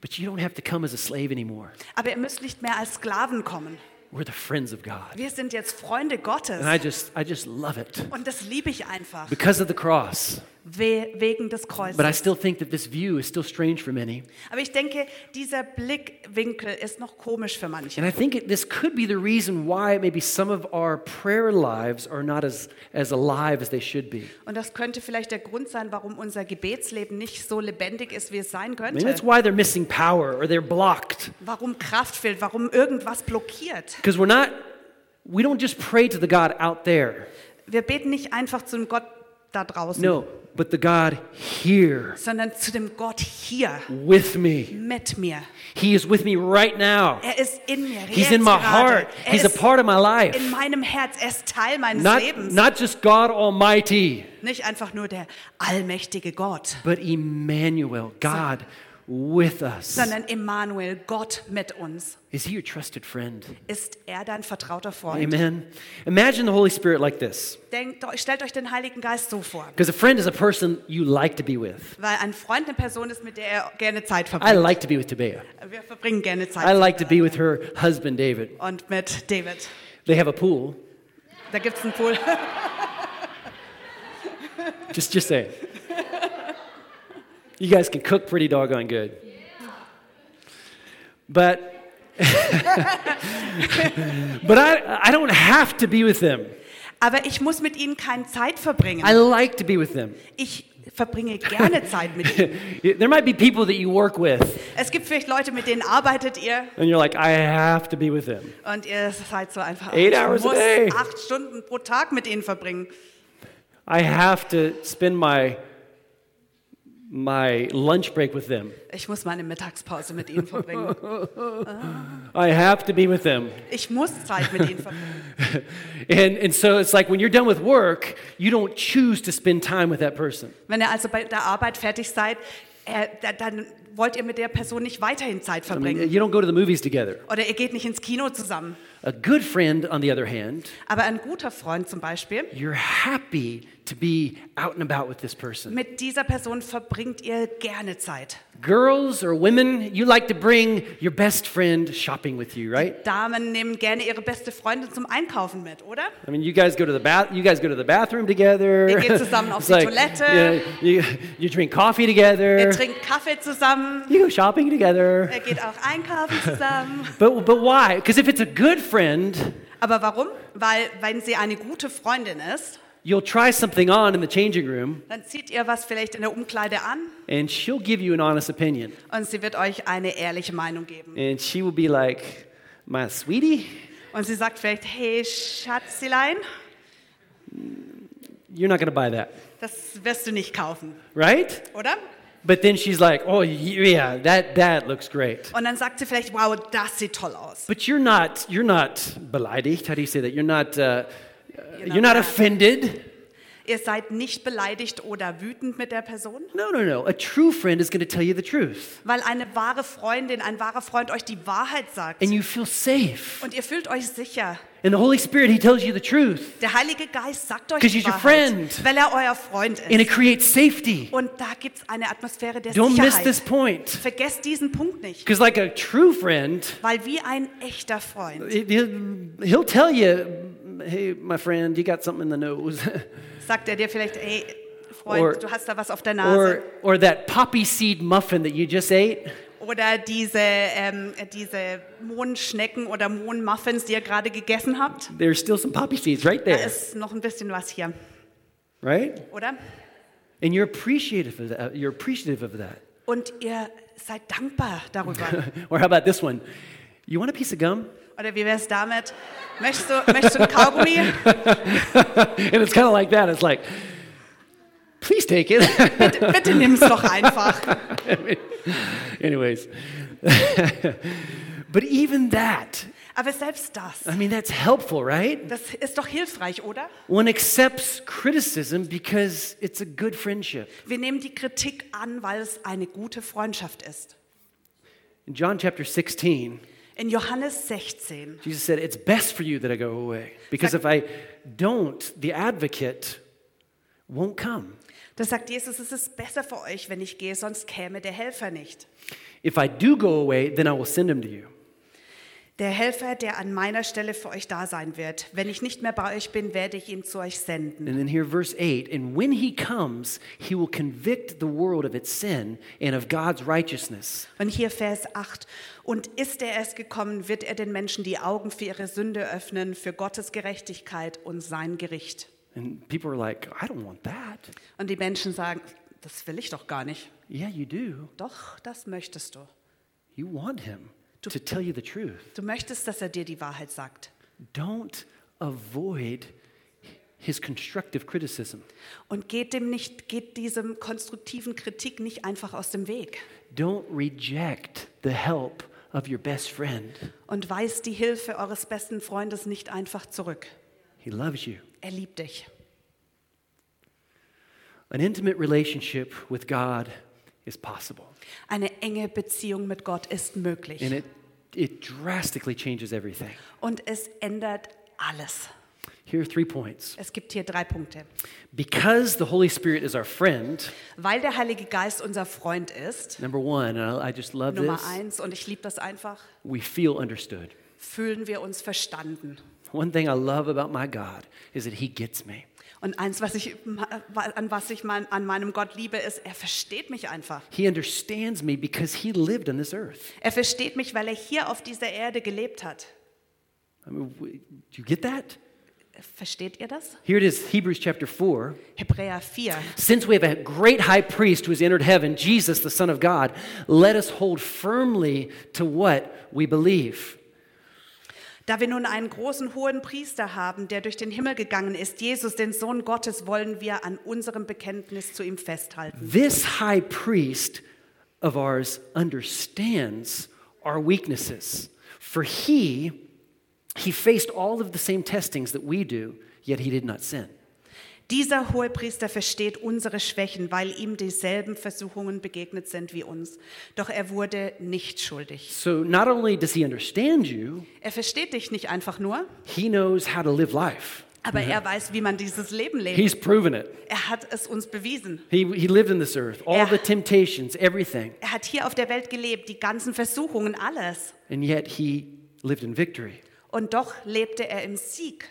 Speaker 1: But you don't have to come as a slave anymore.
Speaker 2: Aber ihr müsst nicht mehr als Sklaven kommen.
Speaker 1: We're the friends of God.
Speaker 2: Wir sind jetzt Freunde
Speaker 1: And I
Speaker 2: Gottes.
Speaker 1: just, I just love it
Speaker 2: Und das liebe ich einfach.
Speaker 1: because of the cross.
Speaker 2: We wegen des
Speaker 1: But I
Speaker 2: Kreuzes.
Speaker 1: still think that this view is still strange for many.
Speaker 2: Aber ich denke, dieser Blickwinkel ist noch komisch für manche.
Speaker 1: And I think it, this could be the reason why maybe some of our prayer lives are not as, as alive as they should be.
Speaker 2: Und das könnte vielleicht der Grund sein, warum unser Gebetsleben nicht so lebendig ist, wie es sein
Speaker 1: Maybe that's
Speaker 2: könnte.
Speaker 1: why they're missing power or they're blocked.
Speaker 2: Warum Kraft fehlt, warum irgendwas blockiert.
Speaker 1: Because we're not, we don't just pray to the God out there.
Speaker 2: Wir beten nicht einfach zu dem Gott da draußen,
Speaker 1: No, but the God here
Speaker 2: sondern zu dem Gott hier
Speaker 1: with me.
Speaker 2: mit mir.
Speaker 1: He is with me right now.
Speaker 2: Er ist in mir.
Speaker 1: He's
Speaker 2: jetzt
Speaker 1: in my
Speaker 2: gerade.
Speaker 1: heart.
Speaker 2: Er
Speaker 1: He's a
Speaker 2: ist
Speaker 1: part of my
Speaker 2: in
Speaker 1: life.
Speaker 2: meinem Herz. Er ist Teil meines
Speaker 1: Not,
Speaker 2: Lebens.
Speaker 1: not just God Almighty,
Speaker 2: nicht einfach nur der allmächtige Gott,
Speaker 1: but Emmanuel, God with us.
Speaker 2: sondern Emmanuel, Gott mit uns.
Speaker 1: Is he your trusted friend?
Speaker 2: Ist er dein vertrauter Freund?
Speaker 1: Amen. Imagine the Holy Spirit like this.
Speaker 2: Denkt, stellt euch den Heiligen Geist so vor.
Speaker 1: Because a friend is a person you like to be with.
Speaker 2: Weil ein Freund eine Person ist, mit der er gerne Zeit
Speaker 1: I
Speaker 2: verbringt.
Speaker 1: like to be with Tabea.
Speaker 2: Wir verbringen gerne
Speaker 1: I
Speaker 2: Zeit.
Speaker 1: like to be with her husband, David.
Speaker 2: Und mit David.
Speaker 1: They have a pool.
Speaker 2: Da gibt es einen Pool. [laughs]
Speaker 1: Just, just saying. You guys can cook pretty doggone good. But, [laughs] but I, I don't have to be with them.
Speaker 2: Aber ich muss mit ihnen keine Zeit verbringen.
Speaker 1: I like to be with them. [laughs]
Speaker 2: Ich verbringe gerne Zeit mit ihnen.
Speaker 1: there might be people that you work with,
Speaker 2: Es gibt vielleicht Leute, mit denen arbeitet ihr
Speaker 1: and you're like, I have to be with them.
Speaker 2: und ihr seid so einfach,
Speaker 1: Eight
Speaker 2: ich
Speaker 1: hours a
Speaker 2: muss
Speaker 1: day.
Speaker 2: acht Stunden pro Tag mit ihnen verbringen.
Speaker 1: I have to spend my, my lunch break with them.
Speaker 2: Ich muss meine Mittagspause mit ihnen verbringen.
Speaker 1: I have to be with them.
Speaker 2: Ich muss Zeit mit ihnen verbringen.
Speaker 1: And, and so it's like when you're done with work, you don't choose to spend time with that person.
Speaker 2: Wenn ihr also bei der Arbeit fertig seid, äh, da- dann wollt ihr mit der Person nicht weiterhin Zeit
Speaker 1: I mean,
Speaker 2: verbringen.
Speaker 1: you don't go to the movies together.
Speaker 2: Oder ihr geht nicht ins Kino zusammen.
Speaker 1: A good friend, on the other hand,
Speaker 2: Aber ein guter Freund zum Beispiel,
Speaker 1: you're happy to be out and about with this person.
Speaker 2: mit dieser Person verbringt ihr gerne Zeit.
Speaker 1: Girls or women, you like to bring your best friend shopping with you, right?
Speaker 2: Damen nehmen gerne ihre beste Freundin zum Einkaufen mit, oder?
Speaker 1: I mean, you guys go to the bath. You guys go to the bathroom together.
Speaker 2: Ihr geht
Speaker 1: [laughs]
Speaker 2: zusammen auf
Speaker 1: It's
Speaker 2: die Toilette.
Speaker 1: yeah, You, you drink coffee together.
Speaker 2: Ihr trinkt Kaffee zusammen.
Speaker 1: you go shopping together.
Speaker 2: Er geht auch einkaufen zusammen.
Speaker 1: But but why? Because if it's a good friend,
Speaker 2: Aber warum? Weil, wenn sie eine gute Freundin ist,
Speaker 1: you'll try something on in the changing room,
Speaker 2: dann zieht ihr was vielleicht in der Umkleide an
Speaker 1: and she'll give you an honest opinion,
Speaker 2: und sie wird euch eine ehrliche Meinung geben.
Speaker 1: and she will be like, "My sweetie,
Speaker 2: Und sie sagt vielleicht, hey Schatzilein,
Speaker 1: you're not gonna buy that,
Speaker 2: das wirst du nicht kaufen,
Speaker 1: right?"
Speaker 2: oder?
Speaker 1: But then she's like, "Oh yeah, that that looks great."
Speaker 2: Und dann sagt sie vielleicht, wow, das sieht toll aus.
Speaker 1: But you're not you're not beleidigt. How do you say that? You're not. Uh, you're not
Speaker 2: mad.
Speaker 1: offended.
Speaker 2: Ihr seid nicht beleidigt oder wütend mit der Person,
Speaker 1: No, no, no. A true friend is going to tell you the truth.
Speaker 2: weil eine wahre Freundin, ein wahrer Freund euch die Wahrheit sagt.
Speaker 1: And you feel safe.
Speaker 2: Und ihr fühlt euch sicher.
Speaker 1: And the Holy Spirit, He tells you the truth.
Speaker 2: Der Heilige Geist sagt euch
Speaker 1: 'Cause
Speaker 2: die
Speaker 1: he's your
Speaker 2: Wahrheit,
Speaker 1: friend.
Speaker 2: weil er euer Freund ist.
Speaker 1: And it creates safety.
Speaker 2: Und da gibt es eine Atmosphäre der
Speaker 1: Don't miss
Speaker 2: Sicherheit.
Speaker 1: this point.
Speaker 2: Vergesst diesen Punkt nicht,
Speaker 1: Because, like a true friend,
Speaker 2: weil wie ein echter Freund
Speaker 1: he- he'll he'll tell you, hey, my friend, you got something in the nose. [laughs]
Speaker 2: sagt er dir vielleicht, ey, Freund,
Speaker 1: Or-
Speaker 2: du hast da was auf der
Speaker 1: or,
Speaker 2: Nase.
Speaker 1: or that poppy seed muffin that you just ate.
Speaker 2: Oder diese, ähm, diese Mohnschnecken oder Mohnmuffins, die ihr gerade gegessen habt.
Speaker 1: There's still some poppy seeds right
Speaker 2: Da
Speaker 1: there,
Speaker 2: ist noch ein bisschen was hier,
Speaker 1: right?
Speaker 2: oder?
Speaker 1: And you're appreciative of that. You're appreciative of that. [laughs]
Speaker 2: Und ihr seid dankbar darüber.
Speaker 1: Or how about this one? You want a piece of gum? [laughs]
Speaker 2: Oder wie wäre es damit? Möchtest du, möchtest du ein Kaugummi?
Speaker 1: and it's kind of like that. It's like, please take it. [laughs]
Speaker 2: Bitte, bitte nimm's doch einfach.
Speaker 1: Anyways, [laughs] but even that,
Speaker 2: Aber selbst das,
Speaker 1: I mean, that's helpful, right?
Speaker 2: das ist doch hilfreich, oder?
Speaker 1: One accepts criticism because it's a good friendship.
Speaker 2: Wir nehmen die Kritik an, weil es eine gute Freundschaft ist.
Speaker 1: In John chapter 16,
Speaker 2: In Johannes 16
Speaker 1: Jesus said, It's best for you that I go away because if I don't, the advocate won't come.
Speaker 2: Da sagt Jesus, es ist besser für euch, wenn ich gehe, sonst käme der Helfer nicht.
Speaker 1: If I do go away, then I will send him to you.
Speaker 2: Der Helfer, der an meiner Stelle für euch da sein wird. Wenn ich nicht mehr bei euch bin, werde ich ihn zu euch senden.
Speaker 1: And then here, verse 8 And when he comes, he will convict the world of its sin and of God's righteousness.
Speaker 2: Und hier Vers 8. Und ist er erst gekommen, wird er den Menschen die Augen für ihre Sünde öffnen, für Gottes Gerechtigkeit und sein Gericht.
Speaker 1: And people are like, I don't want that.
Speaker 2: Und die Menschen sagen, das will ich doch gar nicht.
Speaker 1: Yeah, you do.
Speaker 2: Doch, das möchtest du.
Speaker 1: You want him
Speaker 2: To-
Speaker 1: to tell you the truth.
Speaker 2: Du möchtest, dass er dir die Wahrheit sagt.
Speaker 1: Don't avoid his constructive criticism.
Speaker 2: Und geht dem nicht, geht diesem konstruktiven Kritik nicht einfach aus dem Weg.
Speaker 1: Don't reject the help of your best friend.
Speaker 2: Und weist die Hilfe eures besten Freundes nicht einfach zurück.
Speaker 1: He loves you.
Speaker 2: Er liebt dich.
Speaker 1: An intimate relationship with God is possible,
Speaker 2: Eine enge Beziehung mit Gott ist möglich.
Speaker 1: and it, it drastically changes everything.
Speaker 2: Und es ändert alles.
Speaker 1: Here are three points.
Speaker 2: Es gibt hier drei Punkte.
Speaker 1: Because the Holy Spirit is our friend,
Speaker 2: Weil der Heilige Geist unser Freund ist,
Speaker 1: number one, and I, I just love
Speaker 2: Nummer
Speaker 1: this,
Speaker 2: eins, und ich liebe das einfach,
Speaker 1: we feel understood.
Speaker 2: fühlen wir uns verstanden.
Speaker 1: One thing I love about my God is that He gets me.
Speaker 2: Und eins, was ich, an was ich mein, an meinem Gott liebe, ist, er versteht mich einfach.
Speaker 1: He understands me because He lived on this earth.
Speaker 2: Er versteht mich, weil er hier auf dieser Erde gelebt hat.
Speaker 1: I mean, w- do you get that?
Speaker 2: Versteht ihr das?
Speaker 1: Here it is, Hebrews chapter 4.
Speaker 2: Hebräer 4.
Speaker 1: Since we have a great high priest who has entered heaven, Jesus, the Son of God, let us hold firmly to what we believe.
Speaker 2: Da wir nun einen großen hohen Priester haben, der durch den Himmel gegangen ist, Jesus, den Sohn Gottes, wollen wir an unserem Bekenntnis zu ihm festhalten.
Speaker 1: This high priest of ours understands our weaknesses. For he, he faced all of the same testings that we do, yet he did not sin.
Speaker 2: Dieser Hohepriester versteht unsere Schwächen, weil ihm dieselben Versuchungen begegnet sind wie uns. Doch er wurde nicht schuldig.
Speaker 1: So not only does he understand you,
Speaker 2: Er versteht dich nicht einfach nur,
Speaker 1: he knows how to live life.
Speaker 2: aber er weiß, wie man dieses Leben lebt.
Speaker 1: He's proven it.
Speaker 2: Er hat es uns bewiesen.
Speaker 1: He, he lived in this earth, all
Speaker 2: Yeah.
Speaker 1: the temptations, everything,
Speaker 2: Er hat hier auf der Welt gelebt, die ganzen Versuchungen, alles.
Speaker 1: and yet he lived in victory.
Speaker 2: Und doch lebte er im Sieg.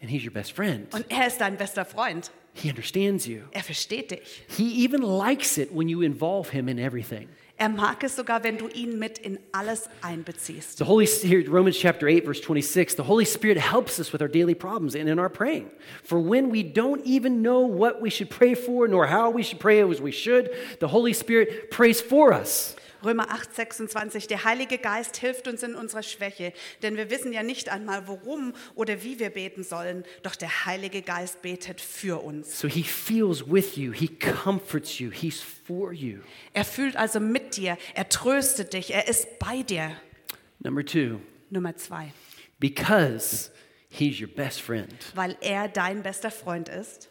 Speaker 1: And he's your best friend.
Speaker 2: Und er ist dein bester Freund.
Speaker 1: He understands you.
Speaker 2: Er versteht dich.
Speaker 1: He even likes it when you involve him in everything.
Speaker 2: Er mag es sogar, wenn du ihn mit in alles einbeziehst.
Speaker 1: The Holy Spirit, Romans chapter 8, verse 26, the Holy Spirit helps us with our daily problems and in our praying. For when we don't even know what we should pray for, nor how we should pray as we should, the Holy Spirit prays for us.
Speaker 2: Römer 8, 26. Der Heilige Geist hilft uns in unserer Schwäche, denn wir wissen ja nicht einmal, worum oder wie wir beten sollen. Doch der Heilige Geist betet für uns.
Speaker 1: So he feels with you, he comforts you, he's for you.
Speaker 2: Er fühlt also mit dir, er tröstet dich, er ist bei dir.
Speaker 1: Number two,
Speaker 2: Nummer zwei.
Speaker 1: because he's your best friend.
Speaker 2: Weil er dein bester Freund ist.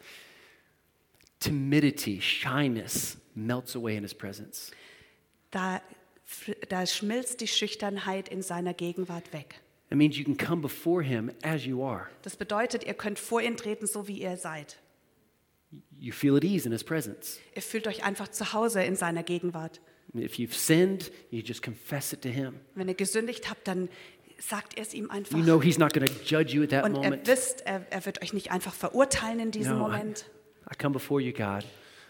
Speaker 1: Timidity, shyness melts away in his presence.
Speaker 2: da, da schmilzt die Schüchternheit in seiner Gegenwart weg.
Speaker 1: It means you can come before him as you are.
Speaker 2: Das bedeutet, ihr könnt vor ihn treten, so wie ihr seid.
Speaker 1: You feel at ease in his presence.
Speaker 2: Ihr fühlt euch einfach zu Hause in seiner Gegenwart.
Speaker 1: If you've sinned, you just confess it to him.
Speaker 2: Wenn ihr gesündigt habt, dann sagt ihr es ihm einfach.
Speaker 1: You know he's not going to judge you at that
Speaker 2: Und
Speaker 1: moment.
Speaker 2: er wisst, er, er wird euch nicht einfach verurteilen in diesem
Speaker 1: No, I-
Speaker 2: Moment.
Speaker 1: I, come before you, God.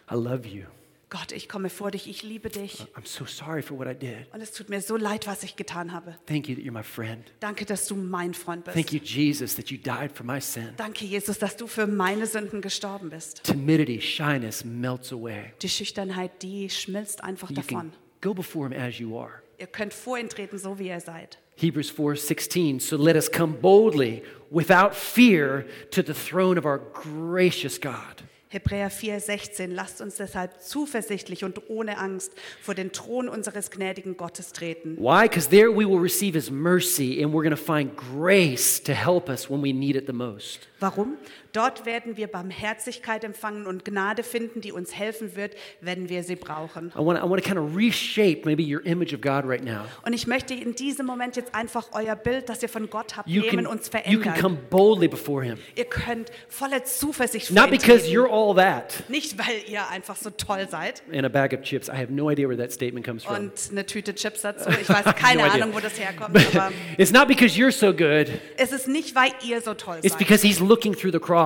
Speaker 1: I love you.
Speaker 2: Gott, ich komme vor dich, ich liebe dich.
Speaker 1: I'm so sorry for what I did.
Speaker 2: Und es tut mir so leid, was ich getan habe.
Speaker 1: Thank you that you're my friend.
Speaker 2: Danke, dass du mein Freund bist.
Speaker 1: Thank you, Jesus, that you died for my sin.
Speaker 2: Danke, Jesus, dass du für meine Sünden gestorben bist.
Speaker 1: Timidity, shyness melts away.
Speaker 2: Die Schüchternheit, die schmilzt einfach
Speaker 1: You
Speaker 2: davon.
Speaker 1: can go before him as you are.
Speaker 2: Ihr könnt vor ihn treten, so wie ihr seid.
Speaker 1: Hebrews 4:16 So let us come boldly without fear to the throne of our gracious God.
Speaker 2: Hebräer 4,16. Lasst uns deshalb zuversichtlich und ohne Angst vor den Thron unseres gnädigen Gottes treten.
Speaker 1: Why? Cuz there we will receive his mercy and we're going to find grace to help us when we need it the most.
Speaker 2: Warum? Dort werden wir Barmherzigkeit empfangen und Gnade finden, die uns helfen wird, wenn wir sie brauchen.
Speaker 1: I want, I want to kind of reshape maybe your image of God right now.
Speaker 2: Und ich möchte in diesem Moment jetzt einfach euer Bild, das ihr von Gott habt,
Speaker 1: You can,
Speaker 2: nehmen und es
Speaker 1: you can
Speaker 2: verändern.
Speaker 1: come boldly before Him.
Speaker 2: Ihr könnt voller Zuversicht vor
Speaker 1: Not
Speaker 2: ihn
Speaker 1: because
Speaker 2: treten.
Speaker 1: you're all that.
Speaker 2: Nicht, weil ihr einfach so toll seid
Speaker 1: And a bag of chips. I have no idea where that statement comes [laughs] from.
Speaker 2: und eine Tüte Chips dazu. Ich weiß keine
Speaker 1: [laughs] No idea.
Speaker 2: Ahnung, wo das
Speaker 1: [laughs]
Speaker 2: herkommt, aber
Speaker 1: it's not because you're so good,
Speaker 2: es ist nicht, weil ihr so toll
Speaker 1: it's
Speaker 2: seid,
Speaker 1: because He's looking through the cross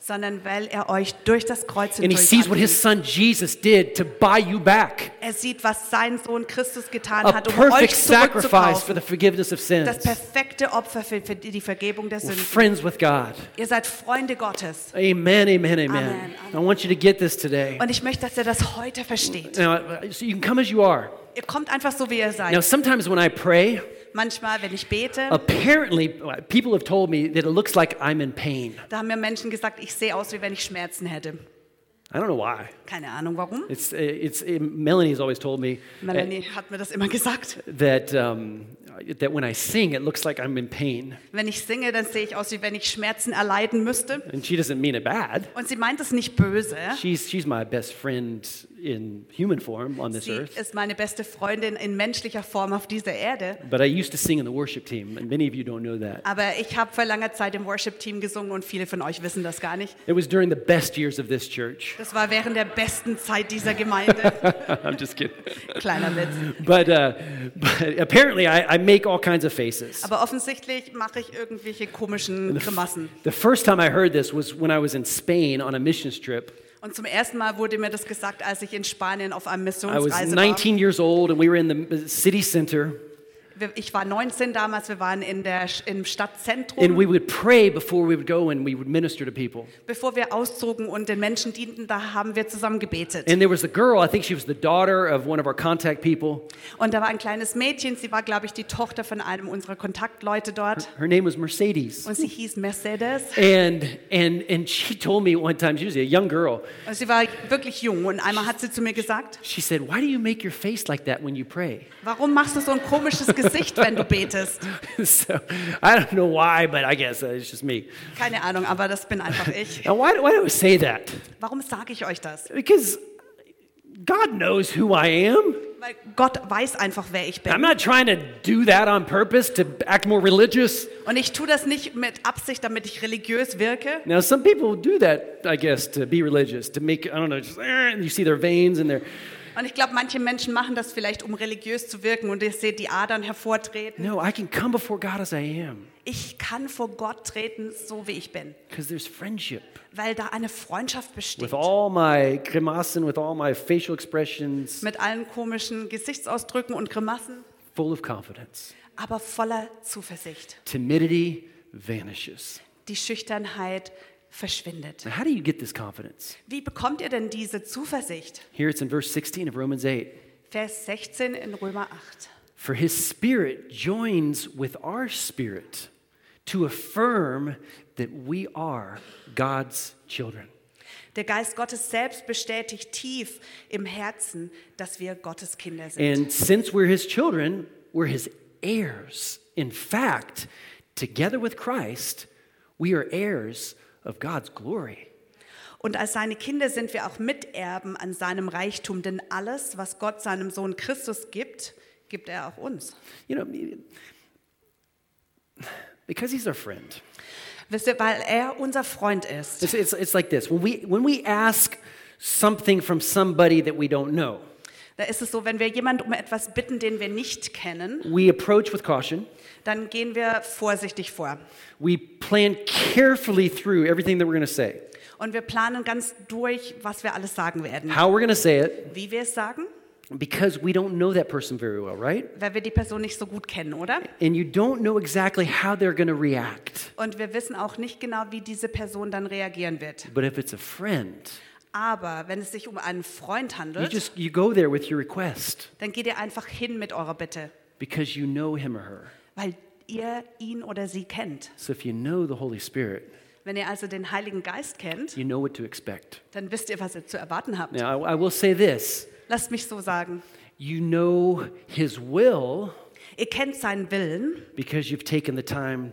Speaker 2: sondern weil er euch durch das Kreuz
Speaker 1: and He
Speaker 2: hindurch
Speaker 1: sees what His
Speaker 2: ansieht.
Speaker 1: Son Jesus did to buy you back.
Speaker 2: Er sieht, was sein Sohn Christus getan
Speaker 1: A
Speaker 2: hat, um euch
Speaker 1: perfect sacrifice for
Speaker 2: zurückzukaufen.
Speaker 1: the forgiveness of
Speaker 2: Das
Speaker 1: sins.
Speaker 2: perfekte Opfer für für die Vergebung der
Speaker 1: We're
Speaker 2: Sünden.
Speaker 1: friends with God.
Speaker 2: Ihr seid Freunde Gottes.
Speaker 1: Amen, amen, amen.
Speaker 2: Amen, amen.
Speaker 1: I want you to get this today.
Speaker 2: Und ich möchte, dass ihr das heute versteht.
Speaker 1: Now, so you can come as you are.
Speaker 2: Ihr kommt einfach so, wie ihr
Speaker 1: Now,
Speaker 2: seid.
Speaker 1: sometimes when I pray,
Speaker 2: Manchmal, wenn ich bete,
Speaker 1: apparently uh, people have told me that it looks like I'm in pain.
Speaker 2: da haben mir Menschen gesagt, ich sehe aus, wie wenn ich Schmerzen hätte.
Speaker 1: I don't know why.
Speaker 2: Keine Ahnung, warum.
Speaker 1: It's, uh, it's, Melanie's always told me uh,
Speaker 2: Melanie hat mir das immer [laughs] gesagt.
Speaker 1: that, um, that when I sing, it looks like I'm in pain.
Speaker 2: Wenn ich singe, dann sehe ich aus, wie wenn ich Schmerzen erleiden müsste.
Speaker 1: And she doesn't mean it bad.
Speaker 2: Und sie meint es nicht böse.
Speaker 1: She's, she's my best friend in human form on this
Speaker 2: Sie
Speaker 1: earth.
Speaker 2: ist meine beste Freundin in menschlicher Form auf dieser Erde.
Speaker 1: But I used to sing in the worship team, and many of you don't know that.
Speaker 2: Aber ich habe vor langer Zeit im Worship-Team gesungen und viele von euch wissen das gar nicht.
Speaker 1: It was during the best years of this church. [laughs]
Speaker 2: Das war während der besten Zeit dieser Gemeinde.
Speaker 1: I'm just kidding.
Speaker 2: Kleiner Witz.
Speaker 1: But, uh, but apparently, I, I make all kinds of faces.
Speaker 2: Aber offensichtlich mache ich irgendwelche komischen Grimassen.
Speaker 1: The first time I heard this was when I was in Spain on a missions trip.
Speaker 2: Und zum ersten Mal wurde mir das gesagt, als ich in Spanien auf einer
Speaker 1: I was
Speaker 2: Missionsreise war.
Speaker 1: 19 years old, and we were in the uh, city center,
Speaker 2: Wir- Ich war 19 damals, wir waren in der, im Stadtzentrum.
Speaker 1: and we would pray before we would go and we would minister to people.
Speaker 2: Bevor wir auszogen und den Menschen dienten, da haben wir zusammen gebetet.
Speaker 1: And there was a girl, I think she was the daughter of one of our contact people.
Speaker 2: Und da war ein kleines Mädchen, sie war, glaube ich, die Tochter von einem unserer Kontaktleute dort.
Speaker 1: Her name was Mercedes.
Speaker 2: Und sie hieß Mercedes.
Speaker 1: And, and, and she told me one time, she was a young girl,
Speaker 2: Und sie war wirklich jung. Und einmal hat sie zu mir gesagt,
Speaker 1: she said, Why do you make your face like that when you pray? [laughs]
Speaker 2: warum machst du so ein komisches Gesicht, wenn du betest?
Speaker 1: so I don't know why, but I guess uh, it's just me.
Speaker 2: Keine Ahnung, aber das bin einfach ich.
Speaker 1: Now, why, why do I say that?
Speaker 2: Warum sage ich euch das?
Speaker 1: Because God knows who I am.
Speaker 2: Weil Gott weiß einfach, wer ich
Speaker 1: I'm
Speaker 2: bin.
Speaker 1: not trying to do that on purpose to act more religious.
Speaker 2: Und ich tue das nicht mit Absicht, damit ich religiös wirke.
Speaker 1: Now, some people do that, I guess, to be religious, to make, I don't know, just, "Eh," and you see their veins and their.
Speaker 2: Und ich glaube, manche Menschen machen das vielleicht, um religiös zu wirken. Und ihr seht die Adern hervortreten.
Speaker 1: No, I can come before God as I am
Speaker 2: Ich kann vor Gott treten, so wie ich bin,
Speaker 1: because there's friendship.
Speaker 2: weil da eine Freundschaft besteht.
Speaker 1: With all my grimace and with all my facial expressions,
Speaker 2: Mit allen komischen Gesichtsausdrücken und Grimassen,
Speaker 1: full of confidence,
Speaker 2: aber voller Zuversicht.
Speaker 1: timidity vanishes.
Speaker 2: Die Schüchternheit verschwindet.
Speaker 1: Now, how do you get this confidence?
Speaker 2: Wie bekommt ihr denn diese Zuversicht?
Speaker 1: Here it's in verse 16 of Romans 8.
Speaker 2: Vers 16 in Römer 8.
Speaker 1: For his spirit joins with our spirit to affirm that we are God's children.
Speaker 2: Der Geist Gottes selbst bestätigt tief im Herzen, dass wir Gottes Kinder sind.
Speaker 1: And since we're his children, we're his heirs. In fact, together with Christ, we are heirs of God's glory.
Speaker 2: Und als seine Kinder sind wir auch Miterben an seinem Reichtum, denn alles, was Gott seinem Sohn Christus gibt, gibt er auch uns.
Speaker 1: You know, because he's our friend.
Speaker 2: Wisst ihr, weil er unser Freund ist.
Speaker 1: It's, it's, it's like this when we, when we ask something from somebody that we don't know,
Speaker 2: Da ist es so, wenn wir jemand um etwas bitten, den wir nicht kennen,
Speaker 1: we approach with caution.
Speaker 2: dann gehen wir vorsichtig vor.
Speaker 1: We plan carefully through everything that we're going to say,
Speaker 2: Und wir planen ganz durch, was wir alles sagen werden.
Speaker 1: how we're going to say it,
Speaker 2: Wie wir es sagen,
Speaker 1: because we don't know that person very well, right?
Speaker 2: weil wir die Person nicht so gut kennen, oder?
Speaker 1: And you don't know exactly how they're going to react.
Speaker 2: Und wir wissen auch nicht genau, wie diese Person dann reagieren wird.
Speaker 1: But if it's a friend,
Speaker 2: Aber wenn es sich um einen Freund
Speaker 1: you
Speaker 2: handelt,
Speaker 1: just you go there with your request
Speaker 2: dann geht ihr einfach hin mit eurer Bitte.
Speaker 1: because you know him or her.
Speaker 2: weil ihr ihn oder sie kennt.
Speaker 1: So if you know the Holy Spirit,
Speaker 2: Wenn ihr also den Heiligen Geist kennt,
Speaker 1: you know what to expect.
Speaker 2: dann wisst ihr, was ihr zu erwarten habt.
Speaker 1: Now, I, I will say this:
Speaker 2: Lasst mich so sagen.
Speaker 1: you know his will
Speaker 2: Ihr kennt seinen Willen,
Speaker 1: because you've taken the time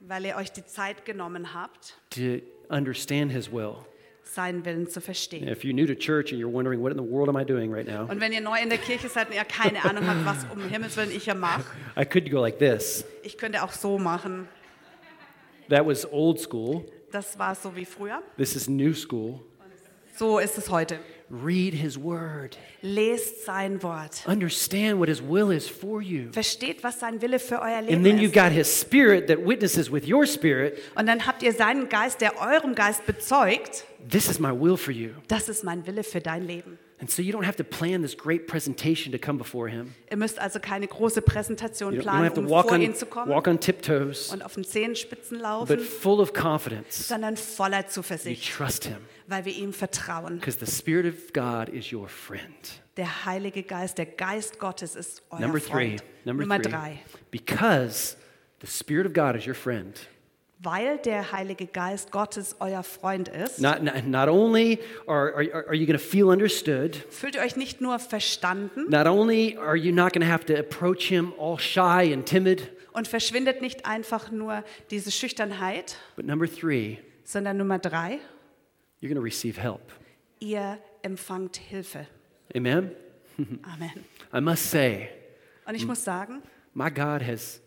Speaker 2: weil ihr euch die Zeit genommen habt,
Speaker 1: to understand His will.
Speaker 2: seinen Willen zu verstehen.
Speaker 1: If you're new to church and you're wondering, what in the world am I doing right now?
Speaker 2: Und wenn ihr neu in der Kirche seid und ihr keine Ahnung habt, was um Himmels Willen ich hier mache,
Speaker 1: I could go like this.
Speaker 2: ich könnte auch so machen.
Speaker 1: That was old school.
Speaker 2: Das war so wie früher.
Speaker 1: This is new school.
Speaker 2: So ist es heute.
Speaker 1: Read His Word.
Speaker 2: Lest sein Wort.
Speaker 1: Understand what His will is for you.
Speaker 2: Versteht, was sein Wille für euer Leben
Speaker 1: And then you've
Speaker 2: ist.
Speaker 1: got His Spirit that witnesses with your spirit,
Speaker 2: Und dann habt ihr seinen Geist, der eurem Geist bezeugt,
Speaker 1: this is my will for you.
Speaker 2: das ist mein Wille für dein Leben.
Speaker 1: And so you don't have to plan this great presentation to come before Him.
Speaker 2: Ihr müsst also keine große Präsentation
Speaker 1: You don't, you don't
Speaker 2: planen,
Speaker 1: have to
Speaker 2: um
Speaker 1: walk
Speaker 2: vor
Speaker 1: on,
Speaker 2: ihn zu kommen
Speaker 1: walk on tiptoes,
Speaker 2: und auf den Zehenspitzen
Speaker 1: but
Speaker 2: laufen,
Speaker 1: full of confidence.
Speaker 2: sondern voller
Speaker 1: You
Speaker 2: Zuversicht,
Speaker 1: trust Him
Speaker 2: weil wir ihm vertrauen.
Speaker 1: because the Spirit of God is your friend.
Speaker 2: Der Heilige Geist, der Geist Gottes ist euer
Speaker 1: Number three.
Speaker 2: Freund.
Speaker 1: Number
Speaker 2: Nummer
Speaker 1: three.
Speaker 2: drei.
Speaker 1: Because the Spirit of God is your friend.
Speaker 2: Weil der Heilige Geist Gottes euer Freund ist,
Speaker 1: Not, not, not only are, are, are you going to feel understood,
Speaker 2: fühlt ihr euch nicht nur verstanden
Speaker 1: not only are you not going to have to approach Him all shy and timid,
Speaker 2: und verschwindet nicht einfach nur diese Schüchternheit,
Speaker 1: but number three,
Speaker 2: sondern Nummer drei,
Speaker 1: you're going to receive help.
Speaker 2: ihr empfangt Hilfe.
Speaker 1: Amen?
Speaker 2: Amen.
Speaker 1: I must say,
Speaker 2: Und ich muss sagen,
Speaker 1: my God has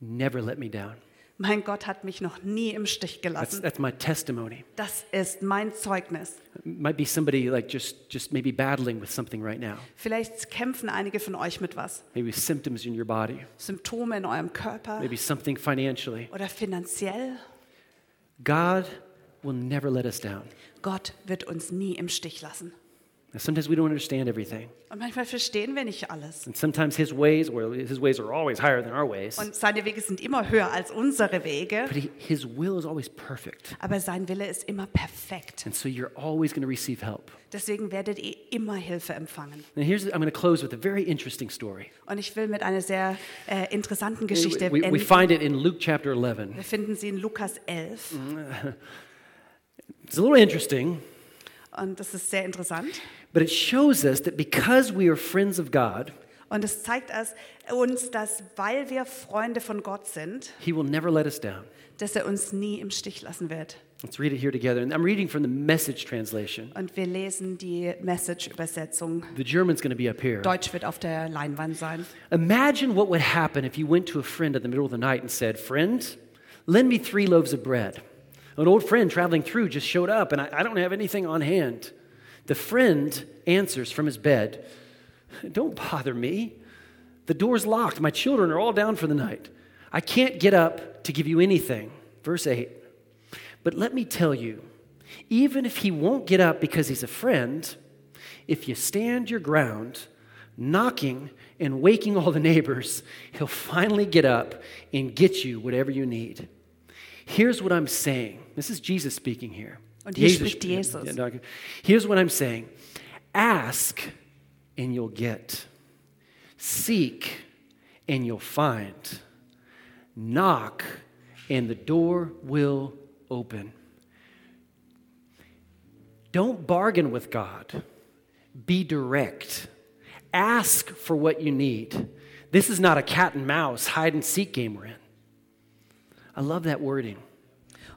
Speaker 1: never let me down.
Speaker 2: mein Gott hat mich noch nie im Stich
Speaker 1: That's,
Speaker 2: gelassen.
Speaker 1: that's my testimony.
Speaker 2: Das ist mein Zeugnis.
Speaker 1: Might be somebody like just, just maybe battling with something right now,
Speaker 2: Vielleicht kämpfen einige von euch mit was.
Speaker 1: maybe symptoms in your body,
Speaker 2: Symptome in eurem Körper
Speaker 1: maybe something financially.
Speaker 2: oder finanziell.
Speaker 1: God will never let us down.
Speaker 2: Gott wird uns nie im Stich lassen.
Speaker 1: Now, sometimes we don't understand everything,
Speaker 2: Und manchmal verstehen wir nicht alles.
Speaker 1: and sometimes His ways, well, His ways are always higher than our ways.
Speaker 2: Und seine Wege sind immer höher als unsere Wege.
Speaker 1: But he, His will is always perfect,
Speaker 2: Aber sein Wille ist immer perfekt.
Speaker 1: and so you're always going to receive help.
Speaker 2: Deswegen werdet ihr immer Hilfe empfangen.
Speaker 1: Now, here's I'm going to close with a very interesting story.
Speaker 2: Und ich will mit einer sehr äh, interessanten Geschichte
Speaker 1: We, we
Speaker 2: enden.
Speaker 1: find it in Luke chapter 11.
Speaker 2: Wir finden sie in Lukas 11.
Speaker 1: It's a little interesting,
Speaker 2: Und das ist sehr interessant.
Speaker 1: but it shows us that because we are friends of God,
Speaker 2: Und es zeigt es- uns, dass weil wir Freunde von Gott sind,
Speaker 1: He will never let us down.
Speaker 2: dass er uns nie im Stich lassen wird.
Speaker 1: Let's read it here together. And I'm reading from the message translation.
Speaker 2: Und wir lesen die Message-Übersetzung.
Speaker 1: The German's going to be up here.
Speaker 2: Deutsch wird auf der Leinwand sein.
Speaker 1: Imagine what would happen if you went to a friend in the middle of the night and said, Friend, lend me three loaves of bread. An old friend traveling through just showed up, and I, I don't have anything on hand. The friend answers from his bed, Don't bother me. The door's locked. My children are all down for the night. I can't get up to give you anything. Verse 8. But let me tell you, even if he won't get up because he's a friend, if you stand your ground, knocking and waking all the neighbors, he'll finally get up and get you whatever you need. Here's what I'm saying. This is Jesus speaking here.
Speaker 2: Und hier spricht Jesus.
Speaker 1: Yeah, no, Here's what I'm saying ask and you'll get, seek and you'll find, knock and the door will open. Don't bargain with God. Be direct. Ask for what you need. This is not a cat and mouse hide and seek game we're in. I love that wording.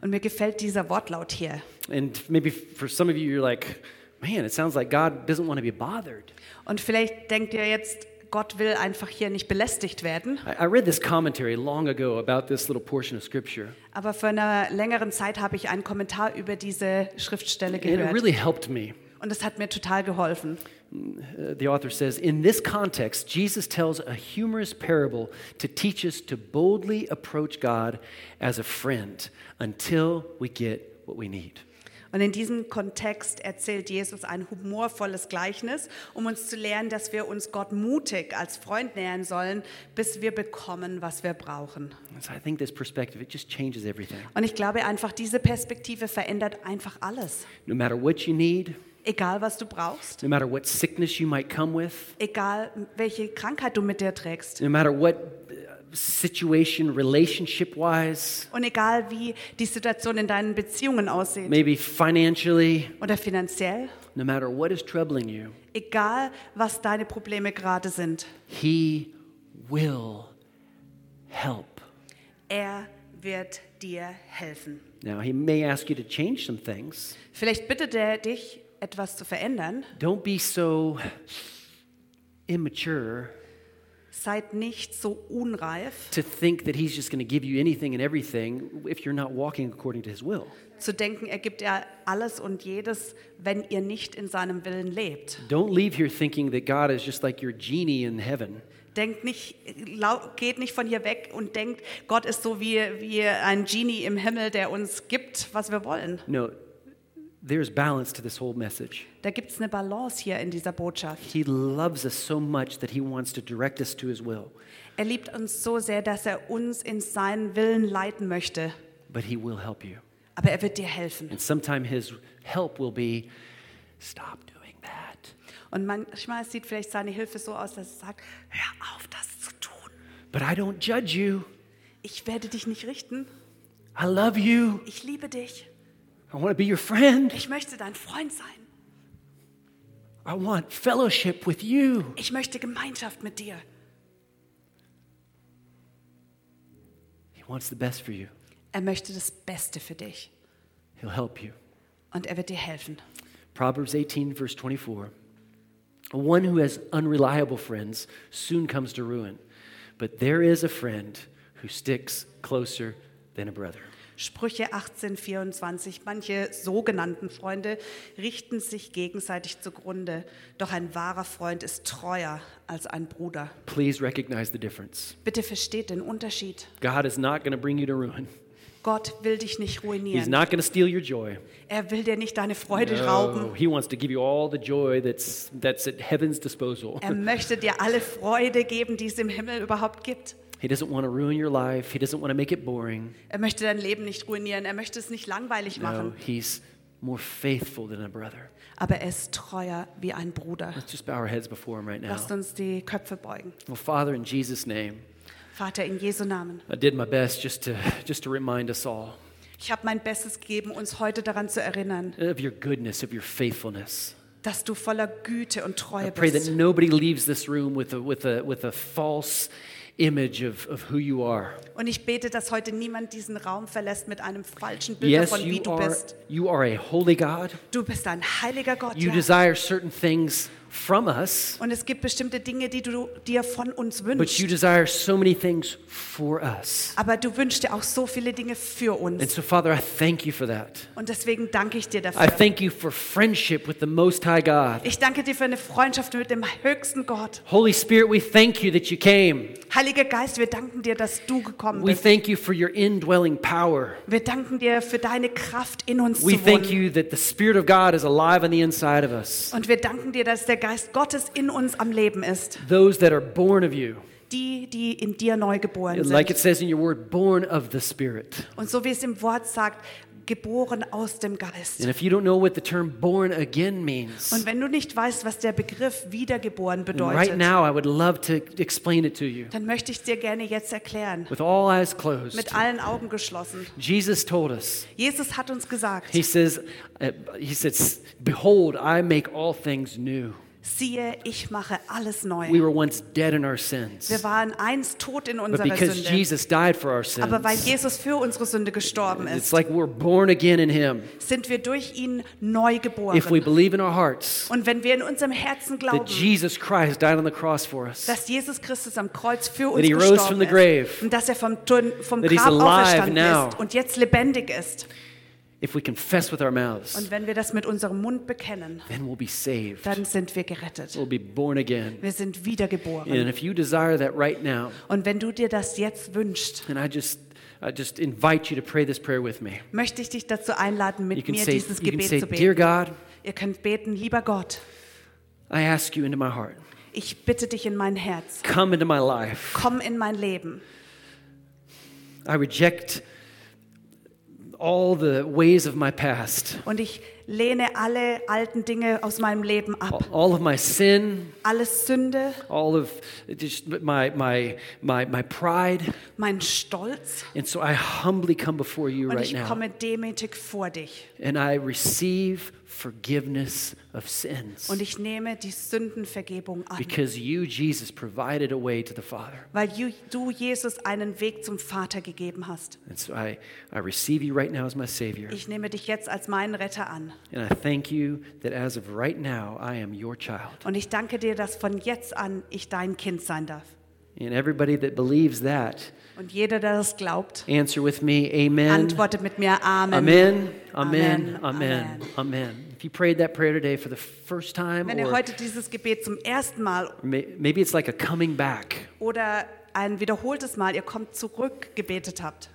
Speaker 2: Und mir gefällt dieser Wortlaut hier.
Speaker 1: And maybe for some of you, you're like, man, it sounds like God doesn't want to be bothered.
Speaker 2: Und vielleicht denkt ihr jetzt, Gott will einfach hier nicht belästigt werden.
Speaker 1: I, I read this commentary long ago about this little portion of scripture,
Speaker 2: Aber vor einer längeren Zeit habe ich einen Kommentar über diese Schriftstelle
Speaker 1: and it
Speaker 2: gehört.
Speaker 1: really helped me.
Speaker 2: Und das hat mir total geholfen.
Speaker 1: Uh, the author says, in this context, Jesus tells a humorous parable to teach us to boldly approach God as a friend until we get what we need.
Speaker 2: Und in diesem Kontext erzählt Jesus ein humorvolles Gleichnis, um uns zu lehren, dass wir uns Gott mutig als Freund nähern sollen, bis wir bekommen, was wir brauchen.
Speaker 1: And so I think this perspective, it just changes everything.
Speaker 2: Und ich glaube einfach, diese Perspektive verändert einfach alles.
Speaker 1: No matter what you need,
Speaker 2: Egal, was du brauchst,
Speaker 1: no matter what sickness you might come with,
Speaker 2: egal, welche Krankheit du mit dir trägst
Speaker 1: no matter what uh, situation, relationship wise,
Speaker 2: und egal, wie die Situation in deinen Beziehungen aussieht
Speaker 1: maybe financially,
Speaker 2: oder finanziell,
Speaker 1: no matter what is troubling you,
Speaker 2: egal, was deine Probleme gerade sind,
Speaker 1: He will help.
Speaker 2: er wird dir helfen.
Speaker 1: Now, he may ask you to change some things.
Speaker 2: Vielleicht bittet er dich, etwas zu verändern.
Speaker 1: Don't be so immature
Speaker 2: Seid nicht so unreif,
Speaker 1: to think that he's just going to give you anything and everything if you're not walking according to his will.
Speaker 2: zu denken, er gibt ja alles und jedes, wenn ihr nicht in seinem Willen lebt.
Speaker 1: Don't leave here thinking that God is just like your genie in heaven.
Speaker 2: Denkt nicht, lau- geht nicht von hier weg und denkt, Gott ist so wie, wie ein Genie im Himmel, der uns gibt, was wir wollen.
Speaker 1: No, there's balance to this whole message.
Speaker 2: Da gibt es eine Balance hier in dieser Botschaft.
Speaker 1: He loves us so much that he wants to direct us to his will,
Speaker 2: Er liebt uns so sehr, dass er uns in seinen Willen leiten möchte.
Speaker 1: but he will help you.
Speaker 2: Aber er wird dir helfen.
Speaker 1: And sometime his help will be stop doing that.
Speaker 2: Und manchmal sieht vielleicht seine Hilfe so aus, dass er sagt, hör auf, das zu tun.
Speaker 1: But I don't judge you.
Speaker 2: Ich werde dich nicht richten.
Speaker 1: I love you.
Speaker 2: Ich liebe dich.
Speaker 1: I want to be your friend.
Speaker 2: Ich möchte dein Freund sein.
Speaker 1: I want fellowship with you.
Speaker 2: Ich möchte Gemeinschaft mit dir.
Speaker 1: He wants the best for you.
Speaker 2: Er möchte das Beste für dich.
Speaker 1: He'll help you.
Speaker 2: Und er wird dir helfen.
Speaker 1: Proverbs 18, verse 24. One who has unreliable friends soon comes to ruin, but there is a friend who sticks closer than a brother.
Speaker 2: Sprüche 18, 24. Manche sogenannten Freunde richten sich gegenseitig zugrunde. Doch ein wahrer Freund ist treuer als ein Bruder.
Speaker 1: Please recognize the difference.
Speaker 2: Bitte versteht den Unterschied.
Speaker 1: God is not going to bring you to ruin,
Speaker 2: Gott will dich nicht
Speaker 1: He's
Speaker 2: ruinieren.
Speaker 1: not going to steal your joy.
Speaker 2: Er will dir nicht deine Freude
Speaker 1: No,
Speaker 2: rauben.
Speaker 1: He wants to give you all the joy that's, that's at heaven's disposal.
Speaker 2: Er möchte dir alle Freude geben, die es im Himmel überhaupt gibt.
Speaker 1: He doesn't want to ruin your life, He doesn't want to make it boring.
Speaker 2: Er möchte dein Leben nicht ruinieren. Er möchte es nicht langweilig
Speaker 1: No,
Speaker 2: machen.
Speaker 1: He's more faithful than a brother.
Speaker 2: Aber er ist treuer wie ein Bruder.
Speaker 1: Let's just bow our heads before Him right now.
Speaker 2: Lasst uns die Köpfe beugen.
Speaker 1: Well, Father, in Jesus' name.
Speaker 2: Vater, in Jesu Namen.
Speaker 1: I did my best just to just to remind us all
Speaker 2: Ich habe mein Bestes gegeben, uns heute daran zu erinnern,
Speaker 1: of your goodness, of your faithfulness.
Speaker 2: dass du voller Güte und
Speaker 1: I
Speaker 2: Treue
Speaker 1: pray that
Speaker 2: bist.
Speaker 1: nobody leaves this room with a with a with a false image of, of who you are.
Speaker 2: Und ich bete, dass heute niemand diesen Raum verlässt mit einem falschen Bild
Speaker 1: Yes,
Speaker 2: davon, wie
Speaker 1: you
Speaker 2: du
Speaker 1: are
Speaker 2: bist.
Speaker 1: you are a holy God.
Speaker 2: Du bist ein heiliger Gott.
Speaker 1: You
Speaker 2: Ja.
Speaker 1: desire certain things from us,
Speaker 2: Und es gibt bestimmte Dinge, die du dir von uns
Speaker 1: but
Speaker 2: wünschst.
Speaker 1: you desire so many things for us.
Speaker 2: Aber du wünschst dir auch so viele Dinge für
Speaker 1: And
Speaker 2: uns.
Speaker 1: so Father, I thank you for that.
Speaker 2: Und deswegen danke ich dir
Speaker 1: I
Speaker 2: dafür.
Speaker 1: thank you for friendship with the most high God.
Speaker 2: Ich danke dir für eine Freundschaft mit dem höchsten Gott.
Speaker 1: Holy Spirit, we thank you that you came.
Speaker 2: Heiliger Geist, wir danken dir, dass du gekommen
Speaker 1: We
Speaker 2: bist.
Speaker 1: thank you for your indwelling power.
Speaker 2: Wir danken dir für deine Kraft in uns
Speaker 1: We
Speaker 2: zu
Speaker 1: thank
Speaker 2: wohnen.
Speaker 1: you that the Spirit of God is alive on the inside of us.
Speaker 2: Und wir danken dir, dass der Geist Gottes in uns am Leben ist.
Speaker 1: Those that are born of you,
Speaker 2: Die, die in dir neu geboren
Speaker 1: like it
Speaker 2: sind.
Speaker 1: says in your word, born of the Spirit.
Speaker 2: Und so wie es im Wort sagt, geboren aus dem Geist.
Speaker 1: And if you don't know what the term born again
Speaker 2: Und
Speaker 1: means,
Speaker 2: wenn du nicht weißt, was der Begriff wiedergeboren
Speaker 1: then right
Speaker 2: bedeutet,
Speaker 1: now I would love to explain it to you
Speaker 2: dann möchte ich es dir gerne jetzt erklären.
Speaker 1: with all eyes closed.
Speaker 2: Mit allen Augen geschlossen.
Speaker 1: Jesus told us,
Speaker 2: Jesus hat uns gesagt,
Speaker 1: He says, uh, He says, Behold, I make all things new.
Speaker 2: siehe, ich mache alles
Speaker 1: We
Speaker 2: neu.
Speaker 1: were once dead in our sins,
Speaker 2: Wir waren einst tot in
Speaker 1: but
Speaker 2: unserer
Speaker 1: because
Speaker 2: Sünde.
Speaker 1: Jesus died for our
Speaker 2: Aber weil
Speaker 1: sins,
Speaker 2: Jesus für unsere Sünde gestorben ist,
Speaker 1: it's like we're born again in Him.
Speaker 2: sind wir durch ihn neu
Speaker 1: If we
Speaker 2: geboren.
Speaker 1: believe in our hearts,
Speaker 2: Und wenn wir in unserem Herzen
Speaker 1: that
Speaker 2: glauben,
Speaker 1: Jesus Christ died on the cross for us,
Speaker 2: dass Jesus Christus am Kreuz für
Speaker 1: That
Speaker 2: uns
Speaker 1: he rose from
Speaker 2: gestorben
Speaker 1: the grave.
Speaker 2: ist und dass er vom, Tod- vom
Speaker 1: That he's
Speaker 2: Grab
Speaker 1: alive
Speaker 2: auferstanden
Speaker 1: now.
Speaker 2: ist und jetzt lebendig ist,
Speaker 1: if we confess with our mouths,
Speaker 2: und wenn wir das mit unserem Mund bekennen,
Speaker 1: then we'll be saved.
Speaker 2: dann sind wir gerettet.
Speaker 1: We'll be born again.
Speaker 2: Wir sind
Speaker 1: And
Speaker 2: wiedergeboren.
Speaker 1: if you desire that right now,
Speaker 2: Und wenn du dir das jetzt wünschst,
Speaker 1: and I just, I just invite you to pray this prayer with me.
Speaker 2: möchte ich dich dazu einladen,
Speaker 1: You
Speaker 2: mit
Speaker 1: can
Speaker 2: mir
Speaker 1: say,
Speaker 2: dieses
Speaker 1: you can
Speaker 2: Gebet
Speaker 1: say
Speaker 2: zu
Speaker 1: Dear
Speaker 2: beten.
Speaker 1: God,
Speaker 2: Ihr könnt beten, lieber Gott,
Speaker 1: I ask you into my heart.
Speaker 2: ich bitte dich in mein Herz,
Speaker 1: Come into my life.
Speaker 2: komm in mein Leben.
Speaker 1: I reject all the ways of my past,
Speaker 2: Und ich lehne alle alten Dinge aus meinem Leben ab.
Speaker 1: all of my sin,
Speaker 2: Alles Sünde,
Speaker 1: all of just my, my, my, my pride.
Speaker 2: mein Stolz.
Speaker 1: And so I humbly come before you
Speaker 2: Und
Speaker 1: right
Speaker 2: ich
Speaker 1: now.
Speaker 2: komme demütig vor dich.
Speaker 1: and I receive forgiveness of sins.
Speaker 2: Und ich nehme die Sündenvergebung an,
Speaker 1: Because you, Jesus, provided a way to the Father.
Speaker 2: weil ju- du, Jesus, einen Weg zum Vater gegeben hast.
Speaker 1: And so I, I receive you right now as my Savior.
Speaker 2: Ich nehme dich jetzt als meinen Retter an.
Speaker 1: And I thank you that as of right now, I am your child.
Speaker 2: Und ich danke dir, dass von jetzt an ich dein Kind sein darf.
Speaker 1: And everybody that believes that,
Speaker 2: Und jeder, der das glaubt,
Speaker 1: answer with me, Amen.
Speaker 2: antworte mit mir Amen.
Speaker 1: Amen. Amen.
Speaker 2: Amen.
Speaker 1: Amen.
Speaker 2: Amen.
Speaker 1: Amen. If you prayed that prayer today for the first time,
Speaker 2: Wenn ihr
Speaker 1: or
Speaker 2: heute dieses Gebet zum ersten Mal
Speaker 1: may- maybe it's like a coming back,
Speaker 2: oder ein wiederholtes Mal, ihr kommt zurück, gebetet habt,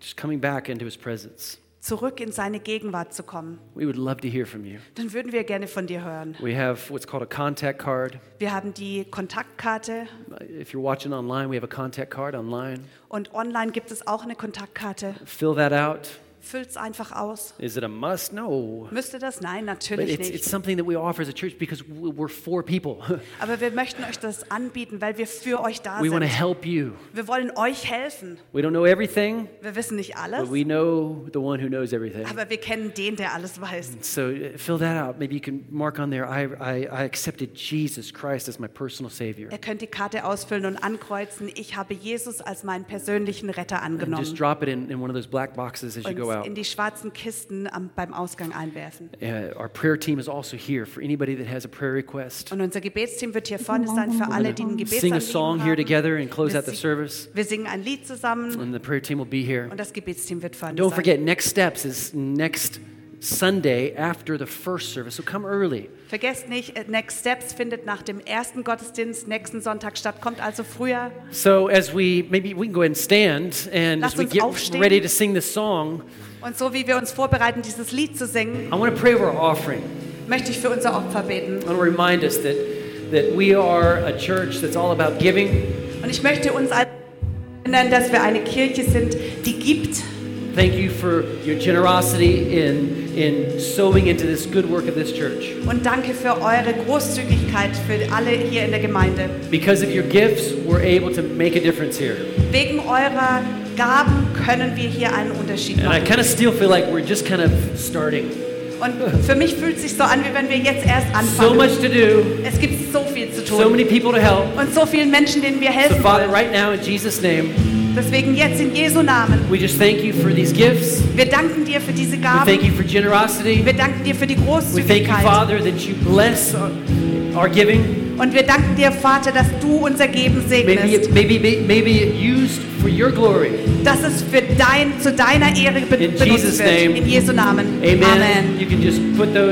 Speaker 1: just coming back into His presence,
Speaker 2: zurück in seine Gegenwart zu kommen,
Speaker 1: we would love to hear from you.
Speaker 2: dann würden wir gerne von dir hören.
Speaker 1: We have what's called a contact card.
Speaker 2: Wir haben die Kontaktkarte
Speaker 1: If you're watching online, we have a contact card online.
Speaker 2: und online gibt es auch eine Kontaktkarte.
Speaker 1: Fill that out.
Speaker 2: Füllt's einfach aus.
Speaker 1: Is it a must? No.
Speaker 2: Müsste das? Nein,
Speaker 1: But
Speaker 2: natürlich
Speaker 1: it's,
Speaker 2: nicht.
Speaker 1: it's something that we offer as a church because we- we're for people. [laughs]
Speaker 2: Aber wir möchten euch das anbieten, weil wir für euch da
Speaker 1: We want to
Speaker 2: sind.
Speaker 1: help you.
Speaker 2: Wir wollen euch helfen.
Speaker 1: We don't know everything,
Speaker 2: Wir wissen nicht
Speaker 1: but
Speaker 2: alles,
Speaker 1: we know the one who knows everything.
Speaker 2: aber wir kennen den, der alles weiß.
Speaker 1: So uh, fill that out. Maybe you can mark on there, I, I, I accepted Jesus Christ as my personal Savior.
Speaker 2: Ihr könnt die Karte ausfüllen und ankreuzen, ich habe Jesus als meinen persönlichen Retter
Speaker 1: And just
Speaker 2: angenommen
Speaker 1: drop it in, in one of those black boxes as you go
Speaker 2: und in
Speaker 1: out.
Speaker 2: die schwarzen Kisten am, beim Ausgang einwerfen.
Speaker 1: Uh, our prayer team is also here for anybody that has a prayer request.
Speaker 2: Und unser Gebetsteam wird hier vorne sein für alle, die ein
Speaker 1: Sing a
Speaker 2: Gebetsanliegen
Speaker 1: song here
Speaker 2: haben.
Speaker 1: together and close
Speaker 2: Wir
Speaker 1: out the
Speaker 2: sing-
Speaker 1: service,
Speaker 2: Wir singen ein Lied zusammen
Speaker 1: and the prayer team will be here.
Speaker 2: und das Gebetsteam wird vorne
Speaker 1: Don't
Speaker 2: sein.
Speaker 1: forget, next steps is next Sunday after the first service, so come early.
Speaker 2: Vergesst nicht, äh, Next Steps findet nach dem ersten Gottesdienst nächsten Sonntag statt, kommt also früher.
Speaker 1: So as we maybe we can go ahead and stand, and as
Speaker 2: Lasst
Speaker 1: we
Speaker 2: uns
Speaker 1: get
Speaker 2: aufstehen.
Speaker 1: ready to sing this song,
Speaker 2: Und so wie wir uns vorbereiten, dieses Lied zu singen,
Speaker 1: I want to pray over our offering.
Speaker 2: möchte ich für unser Opfer beten.
Speaker 1: I want to remind us that, that we are a church that's all about giving.
Speaker 2: Und ich möchte uns alle erinnern, dass wir eine Kirche sind, die gibt.
Speaker 1: Thank you for your generosity in, in sowing into this good work of this church.
Speaker 2: Und danke für eure Großzügigkeit für alle hier in der Gemeinde.
Speaker 1: Because of your gifts, we're able to make a difference here.
Speaker 2: Wegen eurer Gaben können wir hier einen Unterschied
Speaker 1: And I
Speaker 2: machen.
Speaker 1: kind of still feel like we're just kind of starting.
Speaker 2: Und für mich fühlt es sich so an, wie wenn wir jetzt erst
Speaker 1: So
Speaker 2: anfangen.
Speaker 1: much to do,
Speaker 2: Es gibt so viel zu
Speaker 1: so
Speaker 2: tun
Speaker 1: many people to help.
Speaker 2: und so vielen Menschen, denen wir
Speaker 1: So,
Speaker 2: helfen
Speaker 1: Father,
Speaker 2: wollen.
Speaker 1: right now, in Jesus' name,
Speaker 2: Deswegen jetzt in Jesu Namen.
Speaker 1: we just thank you for these gifts. We
Speaker 2: Wir danken dir für diese
Speaker 1: thank
Speaker 2: Gaben.
Speaker 1: you for generosity.
Speaker 2: Wir danken dir für die
Speaker 1: We thank you,
Speaker 2: Großzügigkeit.
Speaker 1: Father, that you bless our, our giving.
Speaker 2: Und wir danken dir, Vater, dass du unser Geben
Speaker 1: Maybe
Speaker 2: segnest.
Speaker 1: it, maybe, maybe it used for your glory.
Speaker 2: dass es für dein, zu deiner Ehre be
Speaker 1: In
Speaker 2: benutzt
Speaker 1: Jesus'
Speaker 2: wird.
Speaker 1: name.
Speaker 2: In Jesu Namen.
Speaker 1: Amen.
Speaker 2: Amen.
Speaker 1: You can just put those.